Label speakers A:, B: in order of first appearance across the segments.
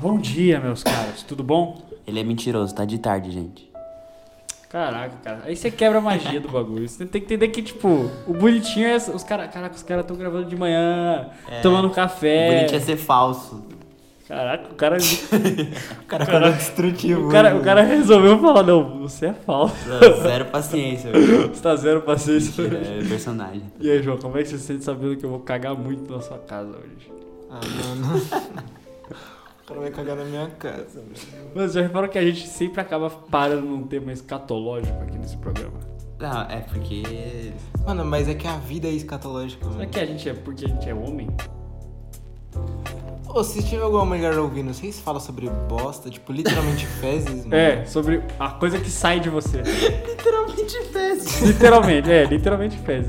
A: Bom dia, meus caros. Tudo bom?
B: Ele é mentiroso, tá de tarde, gente.
A: Caraca, cara. Aí você quebra a magia do bagulho. Você tem que entender que, tipo, o bonitinho é. Os cara, caraca, os caras estão gravando de manhã, tomando
B: É, O
A: café.
B: Bonitinho é ser falso.
A: Caraca, o cara.
B: O cara é
A: Caraca.
B: ficou destrutivo.
A: o, cara
B: né,
A: o cara resolveu falar: não, você é falso.
B: mano? Zero paciência. velho.
A: Você tá zero paciência.
B: Mentira, é personagem.
A: E aí, João, como é que você se sente sabendo que eu vou cagar muito na sua casa hoje?
C: Ah, mano. O cara vai cagar na minha casa, velho.
A: Mas já reparou que a gente sempre acaba parando num tema escatológico aqui nesse programa?
B: Não, é porque.
C: Mano, mas é que a vida é escatológica, mano.
A: Será que a gente é porque a gente é homem?
C: Ô, se tiver alguma mulher ouvindo, vocês falam sobre bosta, tipo, literalmente fezes, mano.
A: É, sobre a coisa que sai de você.
B: Literalmente fez.
A: literalmente, é, literalmente fezes.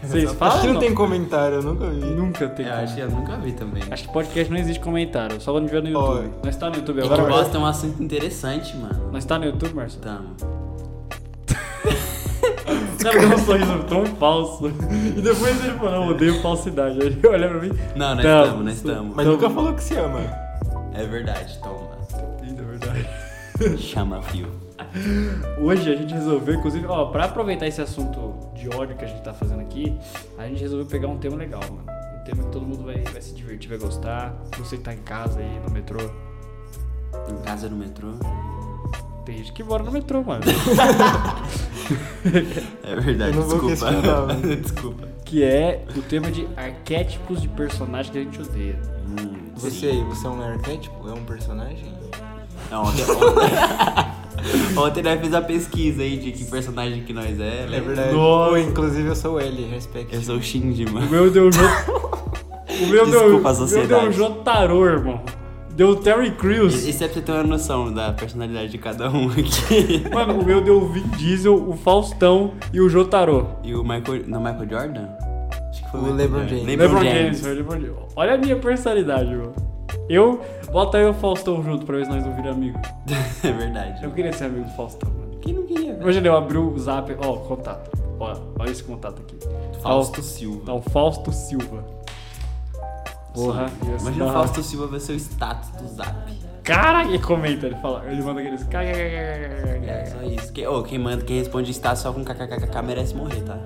A: Vocês falam?
C: Acho que não
A: Não.
C: tem É, comentário, eu nunca vi.
A: Nunca tem.
B: Eu acho que eu nunca vi também.
A: Acho que podcast não existe comentário, só quando ver no YouTube.
C: Oi.
A: Nós tá no YouTube
B: E que
A: agora, Marcio?
B: bosta é um assunto interessante, mano.
A: Nós tá no YouTube, Marcio?
B: Tamo.
A: Cara, deu um sorriso tão falso. E depois ele falou, não, eu odeio falsidade. Aí ele olha pra mim.
B: Não, nós
A: Tamo.
B: estamos, nós estamos.
C: Mas
A: Então-
C: nunca falou que se ama.
B: É verdade, toma.
A: Ih, é verdade.
B: Chama fio.
A: Hoje a gente resolveu, inclusive, ó, pra aproveitar esse assunto de ódio que a gente tá fazendo aqui, a gente resolveu pegar um tema legal, mano. Um tema que todo mundo vai, vai se divertir, vai gostar. Se você que tá em casa aí, no metrô,
B: Em casa no metrô.
A: tem gente que mora no metrô, mano.
B: É verdade,
C: Eu não vou
B: desculpa.
C: questionar, mano.
B: desculpa.
A: que é o tema de arquétipos de personagem que a gente odeia.
B: Hum, sim.
C: Você aí, você é um arquétipo? É um personagem?
B: Não, ontem, ontem- ontem nós fizemos a pesquisa aí de que personagem que nós é.
C: É
B: né?
C: verdade.
A: Nossa.
C: Ou, inclusive, eu sou o L, respect.
B: Eu sou o Shinji,
A: O
B: mano.
A: meu deu um jo... O meu deu,
B: Desculpa,
A: o meu deu um
B: sociedade.
A: Jotaro, irmão. Deu o Terry Crews.
B: Isso é pra você ter uma noção da personalidade de cada um aqui.
A: Mano, o meu deu o Vin Diesel, o Faustão e o Jotaro.
B: E o Michael. Não, Michael Jordan? Acho que foi
C: O Tipo, LeBron James.
A: LeBron James, velho, LeBron James. Olha a minha personalidade, mano. Eu. Bota eu e o Faustão junto pra ver se nós não viramos amigos.
B: é verdade.
A: Eu queria ser amigo do Faustão, mano.
B: Quem não queria? velho?
A: Imagina eu abrir o zap. Ó, contato. Ó, olha esse contato aqui.
B: Fausto Silva.
A: Tá o Fausto Silva. Porra.
B: Sim.
A: ia ser da
B: Imagina o
A: hora.
B: Fausto Silva ver seu status do zap.
A: Cara, e comenta, ele fala. Ele manda aqueles.
B: É só isso. Quem, oh, quem manda, quem responde status só com kkkk merece morrer, tá?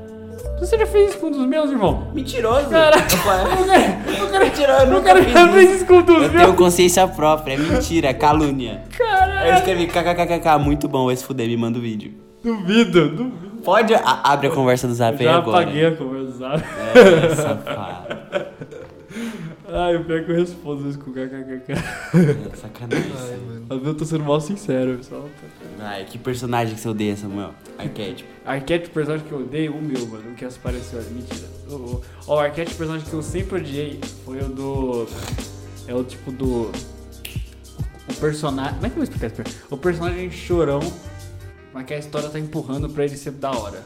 A: Você já fez isso com um dos meus, irmão?
B: Mentiroso!
A: Caralho.
B: Eu
A: Eu
B: falei, Mentiroso, eu
A: não
B: nunca
A: quero
B: fiz
A: fazer
B: isso.
A: isso com um dos
B: Eu tenho
A: meus.
B: consciência própria, é mentira, é calúnia. Aí eu
A: Caralho.
B: escrevi kkkk, muito bom, vai se fuder, me manda o vídeo.
A: Duvido, duvido.
B: Pode. a- abre a conversa do zap aí
A: Já
B: Tá agora.
A: apaguei a conversa do zap.
B: É, safado.
A: Ai, o pior é que eu respondo isso com kkkk.
B: É, sacanagem.
C: Ai,
B: isso.
C: mano.
A: Às vezes eu tô sendo mal sincero, um pessoal.
B: Ai, que personagem que você odeia, Samuel? Arquétipo.
A: Arquétipo de personagem que eu odeio, o meu, mano. O que apareceu ali, mentira. O, o, ó, o arquétipo de personagem que eu sempre odiei foi o do. É o tipo do. O personagem. Como é que eu vou explicar isso pra O personagem chorão, mas que a história tá empurrando pra ele ser da hora.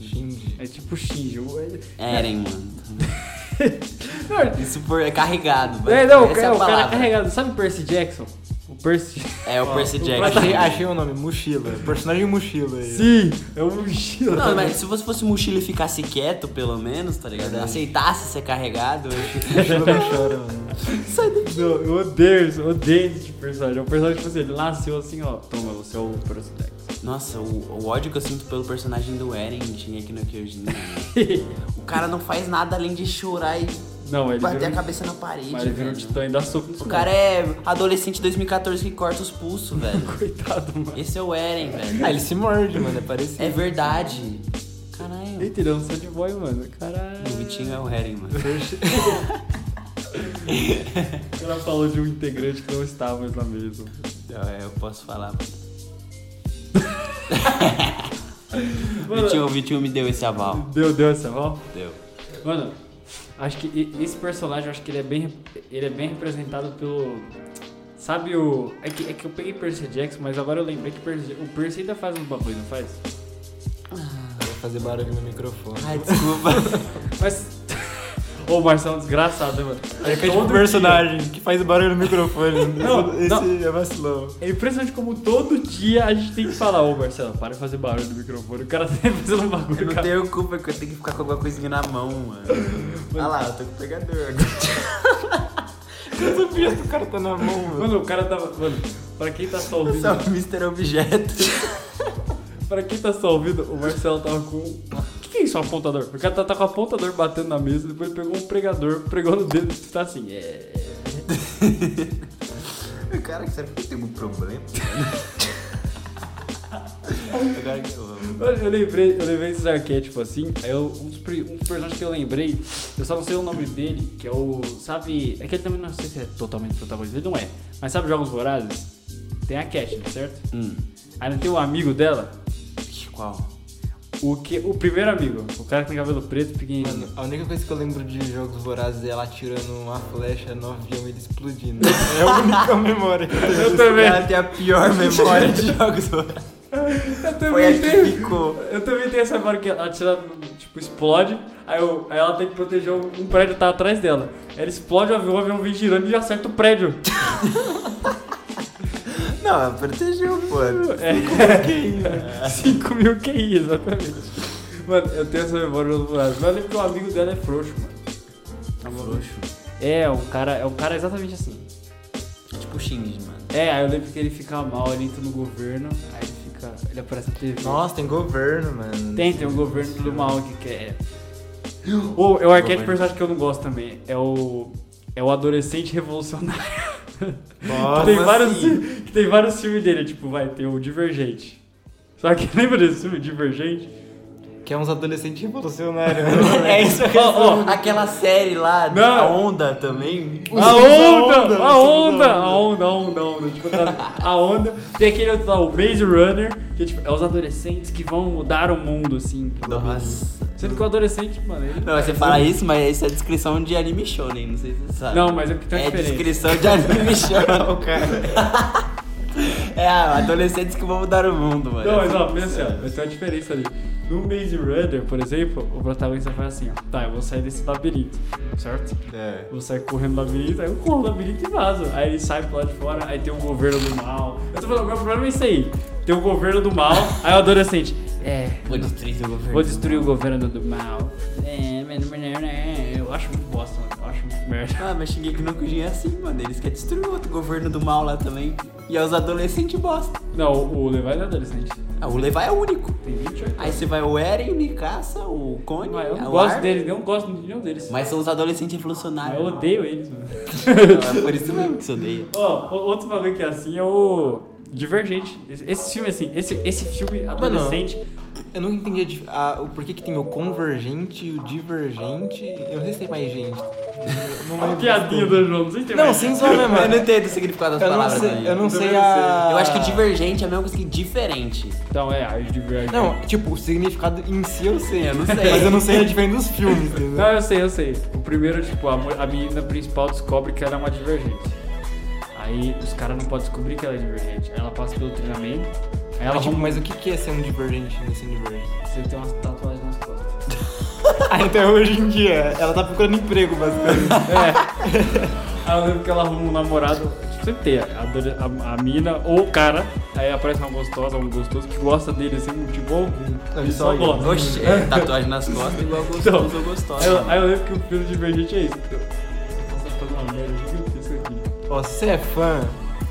C: Shinji.
A: É tipo Shinji. o- ele-
B: Eren, mano.
A: Não, ele-
B: Isso por, é carregado, vai.
A: é, não, o
B: Essa
A: cara-
B: é a
A: o cara é
B: palavra.
A: carregado. Sabe o Percy Jackson? O Percy.
B: É o Percy Jackson.
C: Achei, achei o nome, mochila. Personagem mochila aí.
A: Tá. Sim, é um mochila.
B: Não, mas se você fosse mochila e ficasse quieto, pelo menos, tá ligado?
A: É.
B: Aceitasse ser carregado, eu acho que-
C: Mochila não chora, mano.
B: Sai daqui.
A: Não, eu odeio isso, eu odeio esse tipo de personagem. É um personagem que tipo assim, ele nasceu assim, ó. Toma, você é o Percy Jackson.
B: Nossa, o, o ódio que eu sinto pelo personagem do Eren de Shingeki no Kyojin. né? o cara não faz nada além de chorar e
A: Não, ele
B: bater
A: virou,
B: a cabeça na parede,
A: mas ele virou
B: velho.
A: titã e dá soco nos
B: O cara é adolescente 2014 que corta os pulsos, velho.
A: Coitado, mano.
B: Esse é o Eren, velho.
C: Ah, ele se morde, mano, é parecido.
B: É verdade. Caralho.
A: Eita, ele é um sad boy, mano. Caralho.
B: O Vitinho é o Eren, mano. é-
A: O cara falou de um integrante que não estava mais na mesa.
B: Não, é, eu posso falar.
A: Mano,
B: Vitinho, é o Vitinho me deu esse aval.
A: Deu, deu essa volta?
B: Deu.
A: Mano, acho que e- esse personagem, eu acho que ele é bem, ele é bem representado pelo... Sabe o... É que, é que eu peguei Percy Jackson, mas agora eu lembrei que Percy- o Percy ainda faz uns bagulho, não faz?
C: Vou fazer barulho no microfone.
B: Ai, desculpa.
A: Mas... Ô, Marcelo, é um desgraçado, né, mano?
C: É que é
A: Todo
C: tipo personagem que faz barulho no microfone.
A: Não,
C: esse
A: não.
C: é vacilão.
A: É impressionante como todo dia a gente tem que falar, ô Marcelo, para de fazer barulho no microfone. O cara tá fazendo um
B: Eu
A: bagulho.
B: não
A: Cara.
B: tenho culpa é que eu tenho que ficar com alguma coisinha na mão, mano. Olha lá, eu tô com o pegador agora.
C: Eu sabia que o cara tá na mão, meu.
A: Mano, o cara tava. Mano, pra quem tá só ouvindo.
B: Só o Mr. Objeto.
A: Pra quem tá só ouvindo, o Marcelo tava com. O que, que é isso, um apontador? O cara tá, tá com o apontador batendo na mesa, depois pegou um pregador, pregou no dedo e tá assim. É.
B: Cara, será que tem um problema? Agora que eu amo.
A: Mano, eu lembrei, eu lembrei desses arquétipos assim. Aí eu, um, dos, pri- um dos personagens que eu lembrei, eu só não sei o nome dele, que é o. Sabe. É que ele também não sei se é totalmente protagonista, ele não é. Mas sabe Jogos Vorazes? Tem a Cat, é certo?
B: Hum,
A: Aí não tem um amigo dela,
C: Tipo,
B: qual?
A: o, que, o primeiro amigo, o cara que tem cabelo preto, pequenininho.
C: Mano, a única coisa que eu lembro de Jogos Vorazes é ela atirando uma flecha no avião e ele explodindo. É a única memória que eu tenho.
A: Eu também.
B: Ela tem a pior memória de jogos.
A: Eu
B: Foi
A: também
B: a que
A: tenho.
B: ficou.
A: Eu também tenho essa memória que ela atira, tipo, explode, aí, eu- aí ela tem que proteger um um prédio que tá atrás dela. Ela explode o avião, o avião vem girando e acerta o prédio.
B: Não, ela protegeu, pô.
A: É. 5 mil QI, exatamente. Mano, eu tenho essa memória do Brasil. Mas eu lembro que o amigo dela é frouxo, mano.
B: Frouxo.
A: É, um cara, é um cara exatamente assim.
B: É tipo o Xing, mano.
A: É, aí eu lembro que ele fica mal, ele entra no governo, aí ele fica. Ele aparece na TV.
C: Nossa, tem governo, mano.
A: Tem, tem um governo do mal que quer. Ou é o arquétipo
B: Governo.
A: personagem que eu não gosto também. É o. É o adolescente revolucionário.
C: Nossa,
A: tem vários,
C: assim.
A: que tem vários filmes dele, tipo, vai, tem o Divergente. Só que lembra desse filme, Divergente?
C: Que é uns adolescentes revolucionários. né?
B: É isso que
A: Ó, ó.
B: Aquela série lá,
A: Não.
B: da Onda também.
A: A onda, a
C: Segundo
A: onda, a onda, a onda, a onda, tipo, tá- a onda. Tem aquele outro lá, o Maze Runner, que tipo, é os adolescentes que vão mudar o mundo, assim.
B: Nossa.
A: Sendo que o adolescente, mano, ele...
B: Não, você fala isso, mas isso é descrição de anime shonen, não sei se você sabe.
A: Não, mas é porque tem uma
B: É
A: diferença.
B: descrição de anime shonen.
C: o cara.
B: É, adolescentes que vão mudar o mundo, mano.
A: Não, mas ó, pensa assim, ó, mas tem uma diferença ali. No Maze Runner, por exemplo, o protagonista faz assim, ó, tá, eu vou sair desse labirinto, certo?
C: É.
A: Vou sair correndo no labirinto, aí eu corro no labirinto e vazo. Aí ele sai pro lado de fora, aí tem o governo do mal. Eu tô falando, meu problema é isso aí. Tem o governo do mal, aí o adolescente, é,
B: Vou destruir seu governo.
A: Vou destruir o governo do mal. É, Eu acho muito bosta, mano. Eu acho muito merda.
B: Ah, mas Shingeki no Kyojin é assim, mano. Eles querem destruir o outro governo do mal lá também. E é os adolescentes bosta.
A: Não, o Levi não é adolescente.
B: Ah, o Levi é o único.
A: Tem 28
B: Aí você vai o Eren, o Mikasa, o Connie,
A: anos. Eu não
B: é o
A: gosto
B: Armin.
A: dele, não gosto de nenhum deles.
B: Mas são os adolescentes
A: Mas
B: revolucionários.
A: eu
B: mano.
A: odeio eles, mano.
B: É por isso mesmo que você odeia.
A: Ó, o- outro bagulho que é assim é o Divergente. Esse, esse filme, assim, esse, esse filme adolescente.
C: Eu nunca entendi a dif- a- o porquê que tem o convergente, o divergente. Eu não sei se tem mais gente. Eu Não
A: Uma
C: lembro.
A: piadinha do João, não sei se tem
C: Não,
A: mais.
C: sem zoar mesmo.
B: Eu não entendo o significado das
C: Eu não
B: palavras.
C: sei,
B: também.
C: eu não
A: Eu
C: sei
A: também não
C: a.
A: sei.
B: Eu acho que divergente é a mesma coisa que diferente.
A: Então é, aí o Divergente.
C: Não, tipo, o significado em si eu sei.
B: Eu não sei.
C: Mas eu não sei a diferença dos filmes, entendeu?
A: Não, eu sei, eu sei. O primeiro, tipo, a, mu- a menina principal descobre que ela é uma divergente. Aí os caras não podem descobrir que ela é divergente. Aí ela passa pelo treinamento. Aí ela
C: Mas, tipo,
A: arruma-
C: mas o que que é ser um divergente nesse universo?
A: Você tem umas tatuagens nas costas.
C: Até Ah, então hoje em dia, ela tá procurando emprego, basicamente.
A: É. Aí eu lembro que ela arruma um namorado. Tipo, sempre tem a, dona- a, a mina ou o cara. Aí aparece uma gostosa, um gostoso que gosta dele assim, sem motivo algum.
C: Não,
A: Ele
C: só
A: só
C: ele.
A: gosta.
B: Oxi, é, tatuagem nas costas igual
A: Então,
B: gostoso ou gostosa.
A: aí, eu, aí eu lembro que o filme divergente é isso. Eu posso fazer uma merda gigantesca aqui.
C: Ó, se você é fã,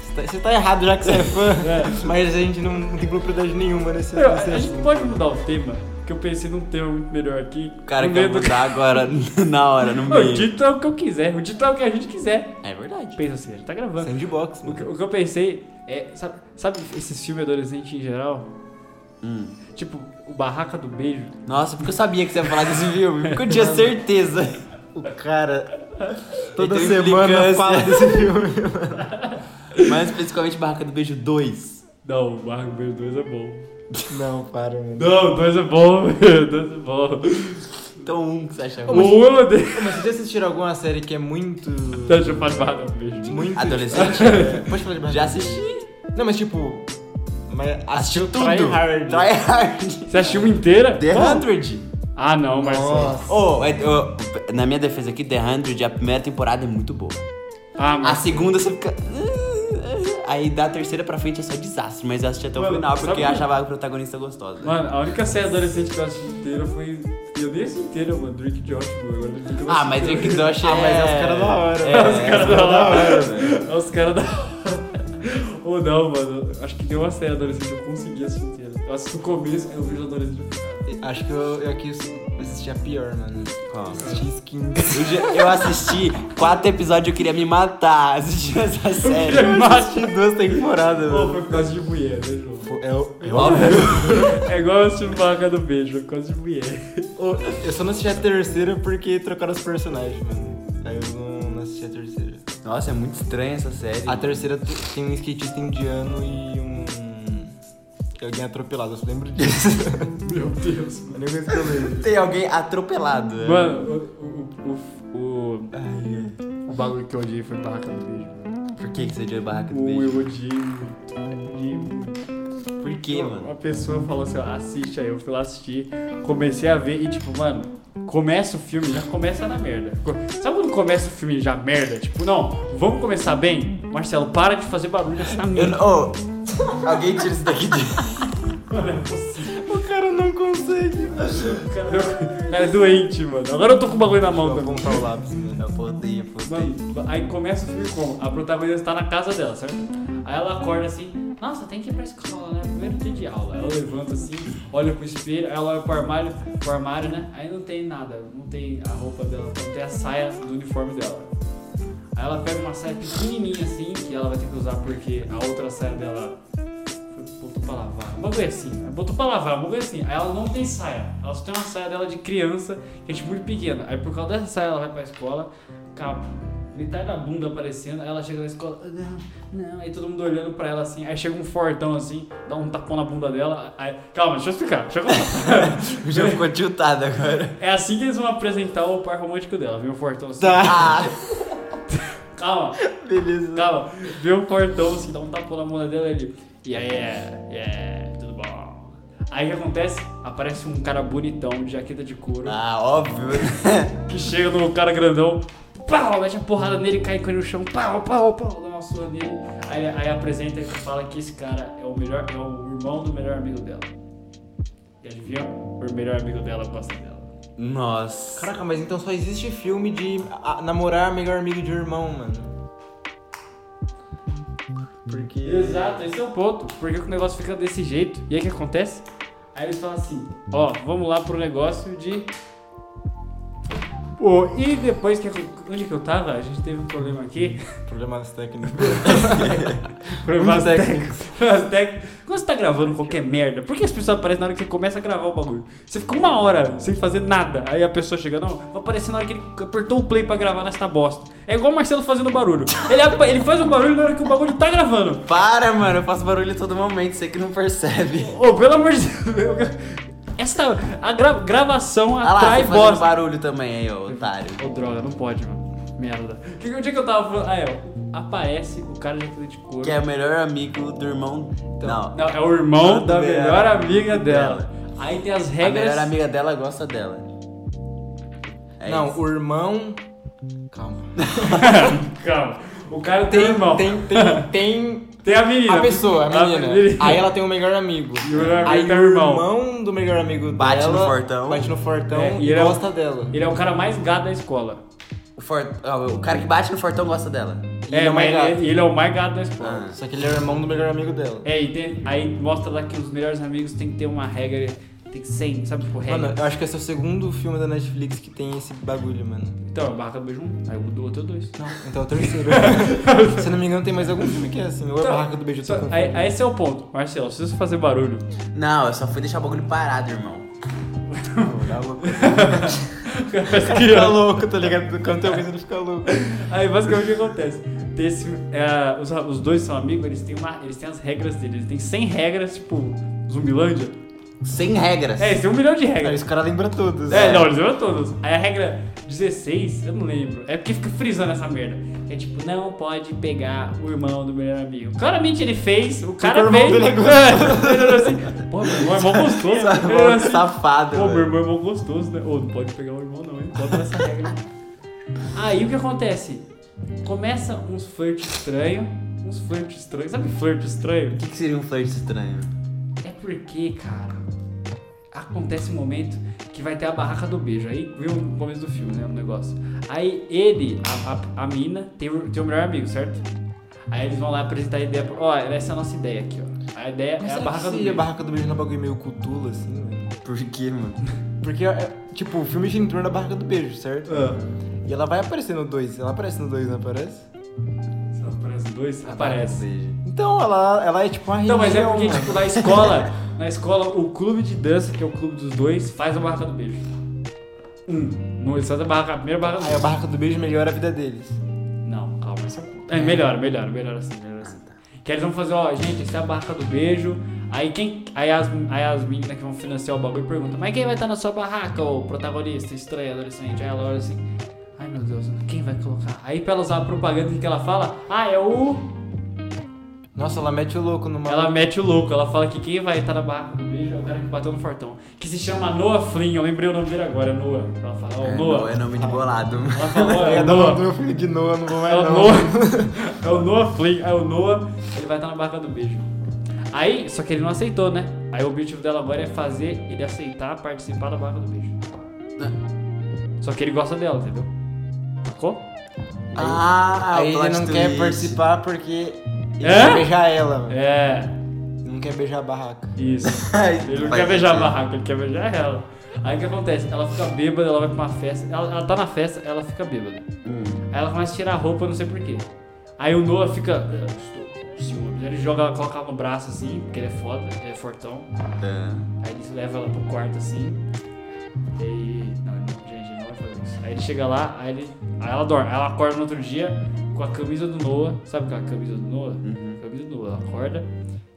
C: você tá, você tá errado já que você é fã,
A: É.
C: mas a gente não tem propriedade nenhuma nesse,
A: Eu,
C: nesse
A: a gente
C: assunto.
A: pode mudar o tema, que eu pensei num tema muito melhor aqui.
B: O cara
A: no
B: quer
A: meio do-
B: mudar agora, na hora, no
A: Não, O
B: meio.
A: dito é o que eu quiser, o dito é o que a gente quiser.
B: É verdade.
A: Pensa assim, a gente tá gravando.
C: Sandbox, né?
A: O que,
C: mano.
A: o que eu pensei é, sabe, sabe esses filmes adolescentes em geral?
B: Hum.
A: Tipo, o Barraca do Beijo.
B: Nossa, porque eu sabia que você ia falar desse filme. Porque eu tinha certeza.
C: O cara toda
B: Ele tem
C: semana
B: implicância.
C: fala desse filme.
B: Mas principalmente Barraca do Beijo 2.
A: Não, o Barraca do Beijo 2 é bom.
C: Não, para, mano.
A: Não, o 2 é bom, o 2 é bom.
B: Então um que você acha
A: O
B: ruim.
A: 1 eu odeio.
C: Mas vocês já assistiram alguma série que é muito...
A: Tá, deixa eu falar de Barraca do Beijo.
C: Muito...
B: Adolescente?
C: Pode falar de mais?
B: Já assisti.
C: Não, mas tipo... Mas ah,
B: Assistiu tudo.
C: Try Hard.
B: Try Hard.
A: Você assistiu uma inteira?
B: The
A: Bom.
B: 100.
A: Ah não, Marcelo.
C: Nossa.
B: Oh, é- oh, na minha defesa aqui, The 100, a primeira temporada é muito boa.
A: Ah,
B: A
A: mas...
B: segunda você fica. ah, Aí da terceira pra frente é só desastre, mas eu assisti até o
A: Mano,
B: final porque
A: sabe-
B: eu achava a protagonista gostosa.
A: Mano, a única série adolescente que eu assisti inteira foi E eu dei esse inteiro, mano, Drake Josh, mano. Agora eu fico
B: Ah, mas
A: assistindo.
B: Drake Josh é...
C: Ah, mas é os caras da hora. né?
B: É,
C: Os
A: caras
B: é
A: da hora.
B: velho.
A: É os caras da. Ou não, mano. Acho que deu uma série adolescente, eu consegui assistir inteira. Eu assisto o começo, eu vejo adolescente.
C: Acho que eu, eu aqui assistia pior, mano.
B: Qual?
C: Assisti skin.
B: Eu, já- eu assisti quatro episódios, eu queria me matar assistindo essa série.
A: queria me
C: Assisti duas temporadas,
A: Pô,
C: mano.
A: foi por causa de mulher, né, João?
C: É o- é o-
B: Óbvio.
A: É igual eu assistir Barca do Beijo, por causa de mulher.
C: o- Eu só não assisti a terceira porque trocaram os personagens, mano. Aí eu não, não assisti a terceira.
B: Nossa, é muito estranha essa série.
C: A terceira t- tem um skatista indiano e um. e alguém atropelado, eu só lembro disso.
A: Meu Deus,
C: A
A: mano.
C: única coisa que eu lembro.
B: Tem alguém atropelado. né?
A: Mano, o, o, o, o, o bagulho que eu odiei foi Barraca do Beijo.
B: Por que, que você deu a barraca do
A: O
B: beijo?
A: eu odiei.
B: Por que, mano?
A: Uma pessoa falou assim, ó, assiste aí, eu fui lá assistir, comecei a ver e tipo, mano, começa o filme, já começa na merda. Co- Sabe quando começa o filme já merda? Tipo, não, vamos começar bem? Marcelo, para de fazer barulho nessa
B: Eu
A: merda.
B: não- Ô, alguém tira isso daqui de.
A: Mano, é possível.
C: O cara não consegue,
A: O cara, o cara é doente, mano. Agora eu tô com o bagulho na mão
C: Vou
A: também.
C: apontar o lápis, mano.
B: Eu voltei, eu voltei.
A: Mano, aí começa o filme como? A protagonista tá na casa dela, certo? Aí ela acorda assim, nossa, tem que ir pra escola, né? Primeiro dia de aula. Ela levanta assim, olha pro espelho, aí ela olha pro armário, pro armário, né? Aí não tem nada, não tem a roupa dela, não tem a saia do uniforme dela. Aí ela pega uma saia pequenininha assim, que ela vai ter que usar porque a outra saia dela foi- botou pra lavar. Um bagulho assim, botou pra lavar, um bagulho assim. Aí ela não tem saia, ela só tem uma saia dela de criança, que é tipo muito pequena. Aí por causa dessa saia ela vai pra escola, capa, metade da bunda aparecendo, aí ela chega na escola, "Ah, não, não, aí todo mundo olhando pra ela assim, aí chega um fortão assim, dá um tapão na bunda dela, aí, calma, deixa eu explicar, deixa eu contar.
B: O João ficou tiltado agora.
A: é assim que eles vão apresentar o par romântico dela, viu, o fortão assim.
C: Tá.
B: Ah,
A: Calma,
C: Beleza.
A: Calma, vê um portão assim, dá um tapão na mão dela e ele. E aí, é, tudo bom. Aí o que acontece? Aparece um cara bonitão, de jaqueta de couro,
B: ah óbvio.
A: que chega no cara grandão, pau, mete a porrada nele, cai com ele no chão, pau, pau, pau, dá uma surra nele. Aí, aí apresenta e fala que esse cara é o melhor, é o irmão do melhor amigo dela. E adivinha? O melhor amigo dela gosta dela.
B: Nossa.
C: Caraca, mas então só existe filme de a- namorar melhor amigo de irmão, mano. Porque.
A: Exato, esse é o ponto. Porque o negócio fica desse jeito. E aí o que acontece? Aí eles falam assim, ó, vamos lá pro negócio de. Pô, e depois que. Onde que eu tava? A gente teve um problema aqui.
C: Problemas técnicos.
A: Problemas
C: Muito
A: técnicos. Problemas técnicos. Quando você tá gravando qualquer merda, por que as pessoas aparecem na hora que você começa a gravar o bagulho? Você fica uma hora sem fazer nada. Aí a pessoa chega, não, vai aparecer na hora que ele apertou o play pra gravar nesta bosta. É igual o Marcelo fazendo barulho. Ele, apa- ele faz um barulho na hora que o bagulho tá gravando.
B: Para, mano, eu faço barulho a todo momento, você que não percebe.
A: Ô, pelo amor de Deus. Esta, a gra- gravação
B: Ah lá,
A: atrai
B: você fazendo
A: bosta.
B: barulho também aí, ô otário.
A: Ô, droga, não pode, mano. Merda. Que, onde é que eu tava falando? Ah, é. Aparece o cara de jaqueta de couro.
B: Que é o melhor amigo do irmão. não.
A: Não, é o irmão
B: Não,
A: da
B: dela.
A: melhor amiga dela. Aí tem as
B: A
A: regras.
B: melhor amiga dela gosta dela. É
C: não,
B: isso.
C: o irmão. Calma.
A: Calma. O cara tem, o irmão. Tem,
C: Tem, tem, tem
A: a menina.
C: a pessoa, a menina.
A: menina.
C: Aí ela tem o melhor amigo.
A: E o melhor amigo
C: Aí o
A: tem o irmão.
C: irmão do melhor amigo
B: Bate no
C: dela.
B: fortão.
C: Bate no fortão
A: É, e
C: e
A: ele é o-
C: gosta dela.
A: Ele é o cara mais gado da escola.
B: O, for- ó, o cara que bate no fortão gosta dela.
C: E
A: é,
C: ele é o
A: mas
C: mais gato.
A: ele, ele é o mais gado da escola.
B: Ah.
C: Só que ele é o irmão do melhor amigo dela.
A: É, e tem- aí mostra lá que os melhores amigos tem que ter uma regra. Tem que ser, sabe, tipo, regra.
C: Mano, eu acho que esse é o segundo filme da Netflix que tem esse bagulho, mano.
A: Então, a barraca do beijo 1, aí o do outro é o 2.
C: Não, então é o terceiro. Se não me engano, tem mais algum filme que é assim. Ou é Barraca do Beijo eu tô confuso.
A: Tá. Aí, aí esse é o ponto. Marcelo, se você fazer barulho.
B: Não, eu só fui deixar o bagulho parado, irmão.
C: Fica louco, tá ligado? Quando tem alguém, ele fica louco.
A: aí basicamente o que acontece? Tem esse- é, os, os dois são amigos, eles têm, uma, eles têm as regras deles. Eles têm 100 regras, tipo, Zumbilândia.
B: Sem regras.
A: É, eles têm um milhão de
C: Aí
A: regras.
C: os caras lembram todos.
A: É, não, eles lembram todas. Aí a regra 16, eu não lembro. É porque fica frisando essa merda. Que é tipo, não pode pegar o irmão do melhor amigo. Claramente ele fez, o cara
C: o irmão
A: fez.
C: dele é
A: ele olhou assim, pô, meu irmão é mó gostoso. Ele olhou
B: Mano,
A: assim,
B: Safado.
A: Pô, meu
B: velho.
A: irmão é mó gostoso, né? Ô, não pode pegar o irmão, não, hein? Bota essa regra. Aí o que acontece? Começa uns flirts estranhos. Uns flirts estranhos. Sabe flirts estranho?
B: O que, que seria um flerte estranho?
A: É porque, cara. acontece um momento que vai ter a barraca do beijo. Aí viu o começo do filme, né? O negócio. Aí ele, a, a, a mina, tem o, tem o melhor amigo, certo? Aí eles vão lá apresentar a ideia. pra- Ó, essa é a nossa ideia aqui, ó. A ideia é a barraca do
C: a
A: beijo.
C: barraca do beijo não é um bagulho meio cultula, assim, velho?
B: Por quê, mano?
C: Porque, é, tipo, o filme gira em torno da barraca do beijo, certo?
A: Ah.
C: E ela vai aparecer no 2. Ela aparece no 2, não aparece?
A: Se não aparece dois, aparece.
B: Beijo.
C: Então, ela, ela é tipo uma
A: Então, mas é
C: religião,
A: porque,
C: mano.
A: tipo, na escola, na escola, o clube de dança, que é o clube dos dois, faz a barraca do beijo. Um. Não, eles fazem a barraca, a primeira barraca do
C: Hum. Aí a
A: beijo.
C: barraca do beijo melhora a vida deles.
A: Não, calma, esse é o ponto. É, melhor, melhor, melhor assim, melhor assim. Que eles vão fazer, ó, gente, essa é a barraca do beijo. Aí quem. Aí as, aí as meninas que vão financiar o bagulho perguntam, mas quem vai estar na sua barraca, ô protagonista, estranha, adolescente? Aí ela olha assim, ai meu Deus, quem vai colocar? Aí pra ela usar a propaganda que ela fala, ah, é o.
C: Nossa, ela mete o louco numa.
A: Ela mete o louco, ela fala que quem vai estar na barraca do beijo é o cara que bateu no fortão. Que se chama Noah Flynn, eu lembrei o nome dele agora, Noah. Ela fala, ó,
B: É,
A: Noah.
B: não, é nome de bolado.
A: Ela fala, ó, é
C: É
A: o
C: da
A: Noah.
C: do meu filho de Noah, não vou mais
A: É o
C: não.
A: Noah. É o Noah Flynn. É o Noah. Ele vai estar na barca do beijo. Aí, só que ele não aceitou, né? Aí o objetivo dela agora é fazer ele aceitar participar da barca do beijo. Só que ele gosta dela, entendeu? Sacou?
C: Ah,
B: Aí
C: ele
B: plot
C: não
B: twist.
C: quer participar porque ele
A: É?
C: quer beijar ela, velho.
A: É,
C: Ele não quer beijar a barraca.
A: isso. Ele não
B: Vai
A: quer beijar a
B: ser.
A: barraca, ele quer beijar ela. Aí o que acontece? Ela fica bêbada, ela vai pra uma festa. Ela, ela tá na festa, ela fica bêbada.
B: Hum.
A: Aí ela começa a tirar a roupa, não sei porquê. Aí o Noah fica. "Ah, estou com ciúmes." Ele joga, ela coloca ela no braço assim, porque ele é foda, ele é fortão.
B: É.
A: Aí ele leva ela pro quarto assim. E aí. Não, ele não- gente, ele não vai fazer isso. Aí ele chega lá, aí, ele, aí ela dorme. Aí ela acorda no outro dia com a camisa do Noah. Sabe aquela camisa do Noah?
B: Uhum.
A: Camisa do Noah. Ela acorda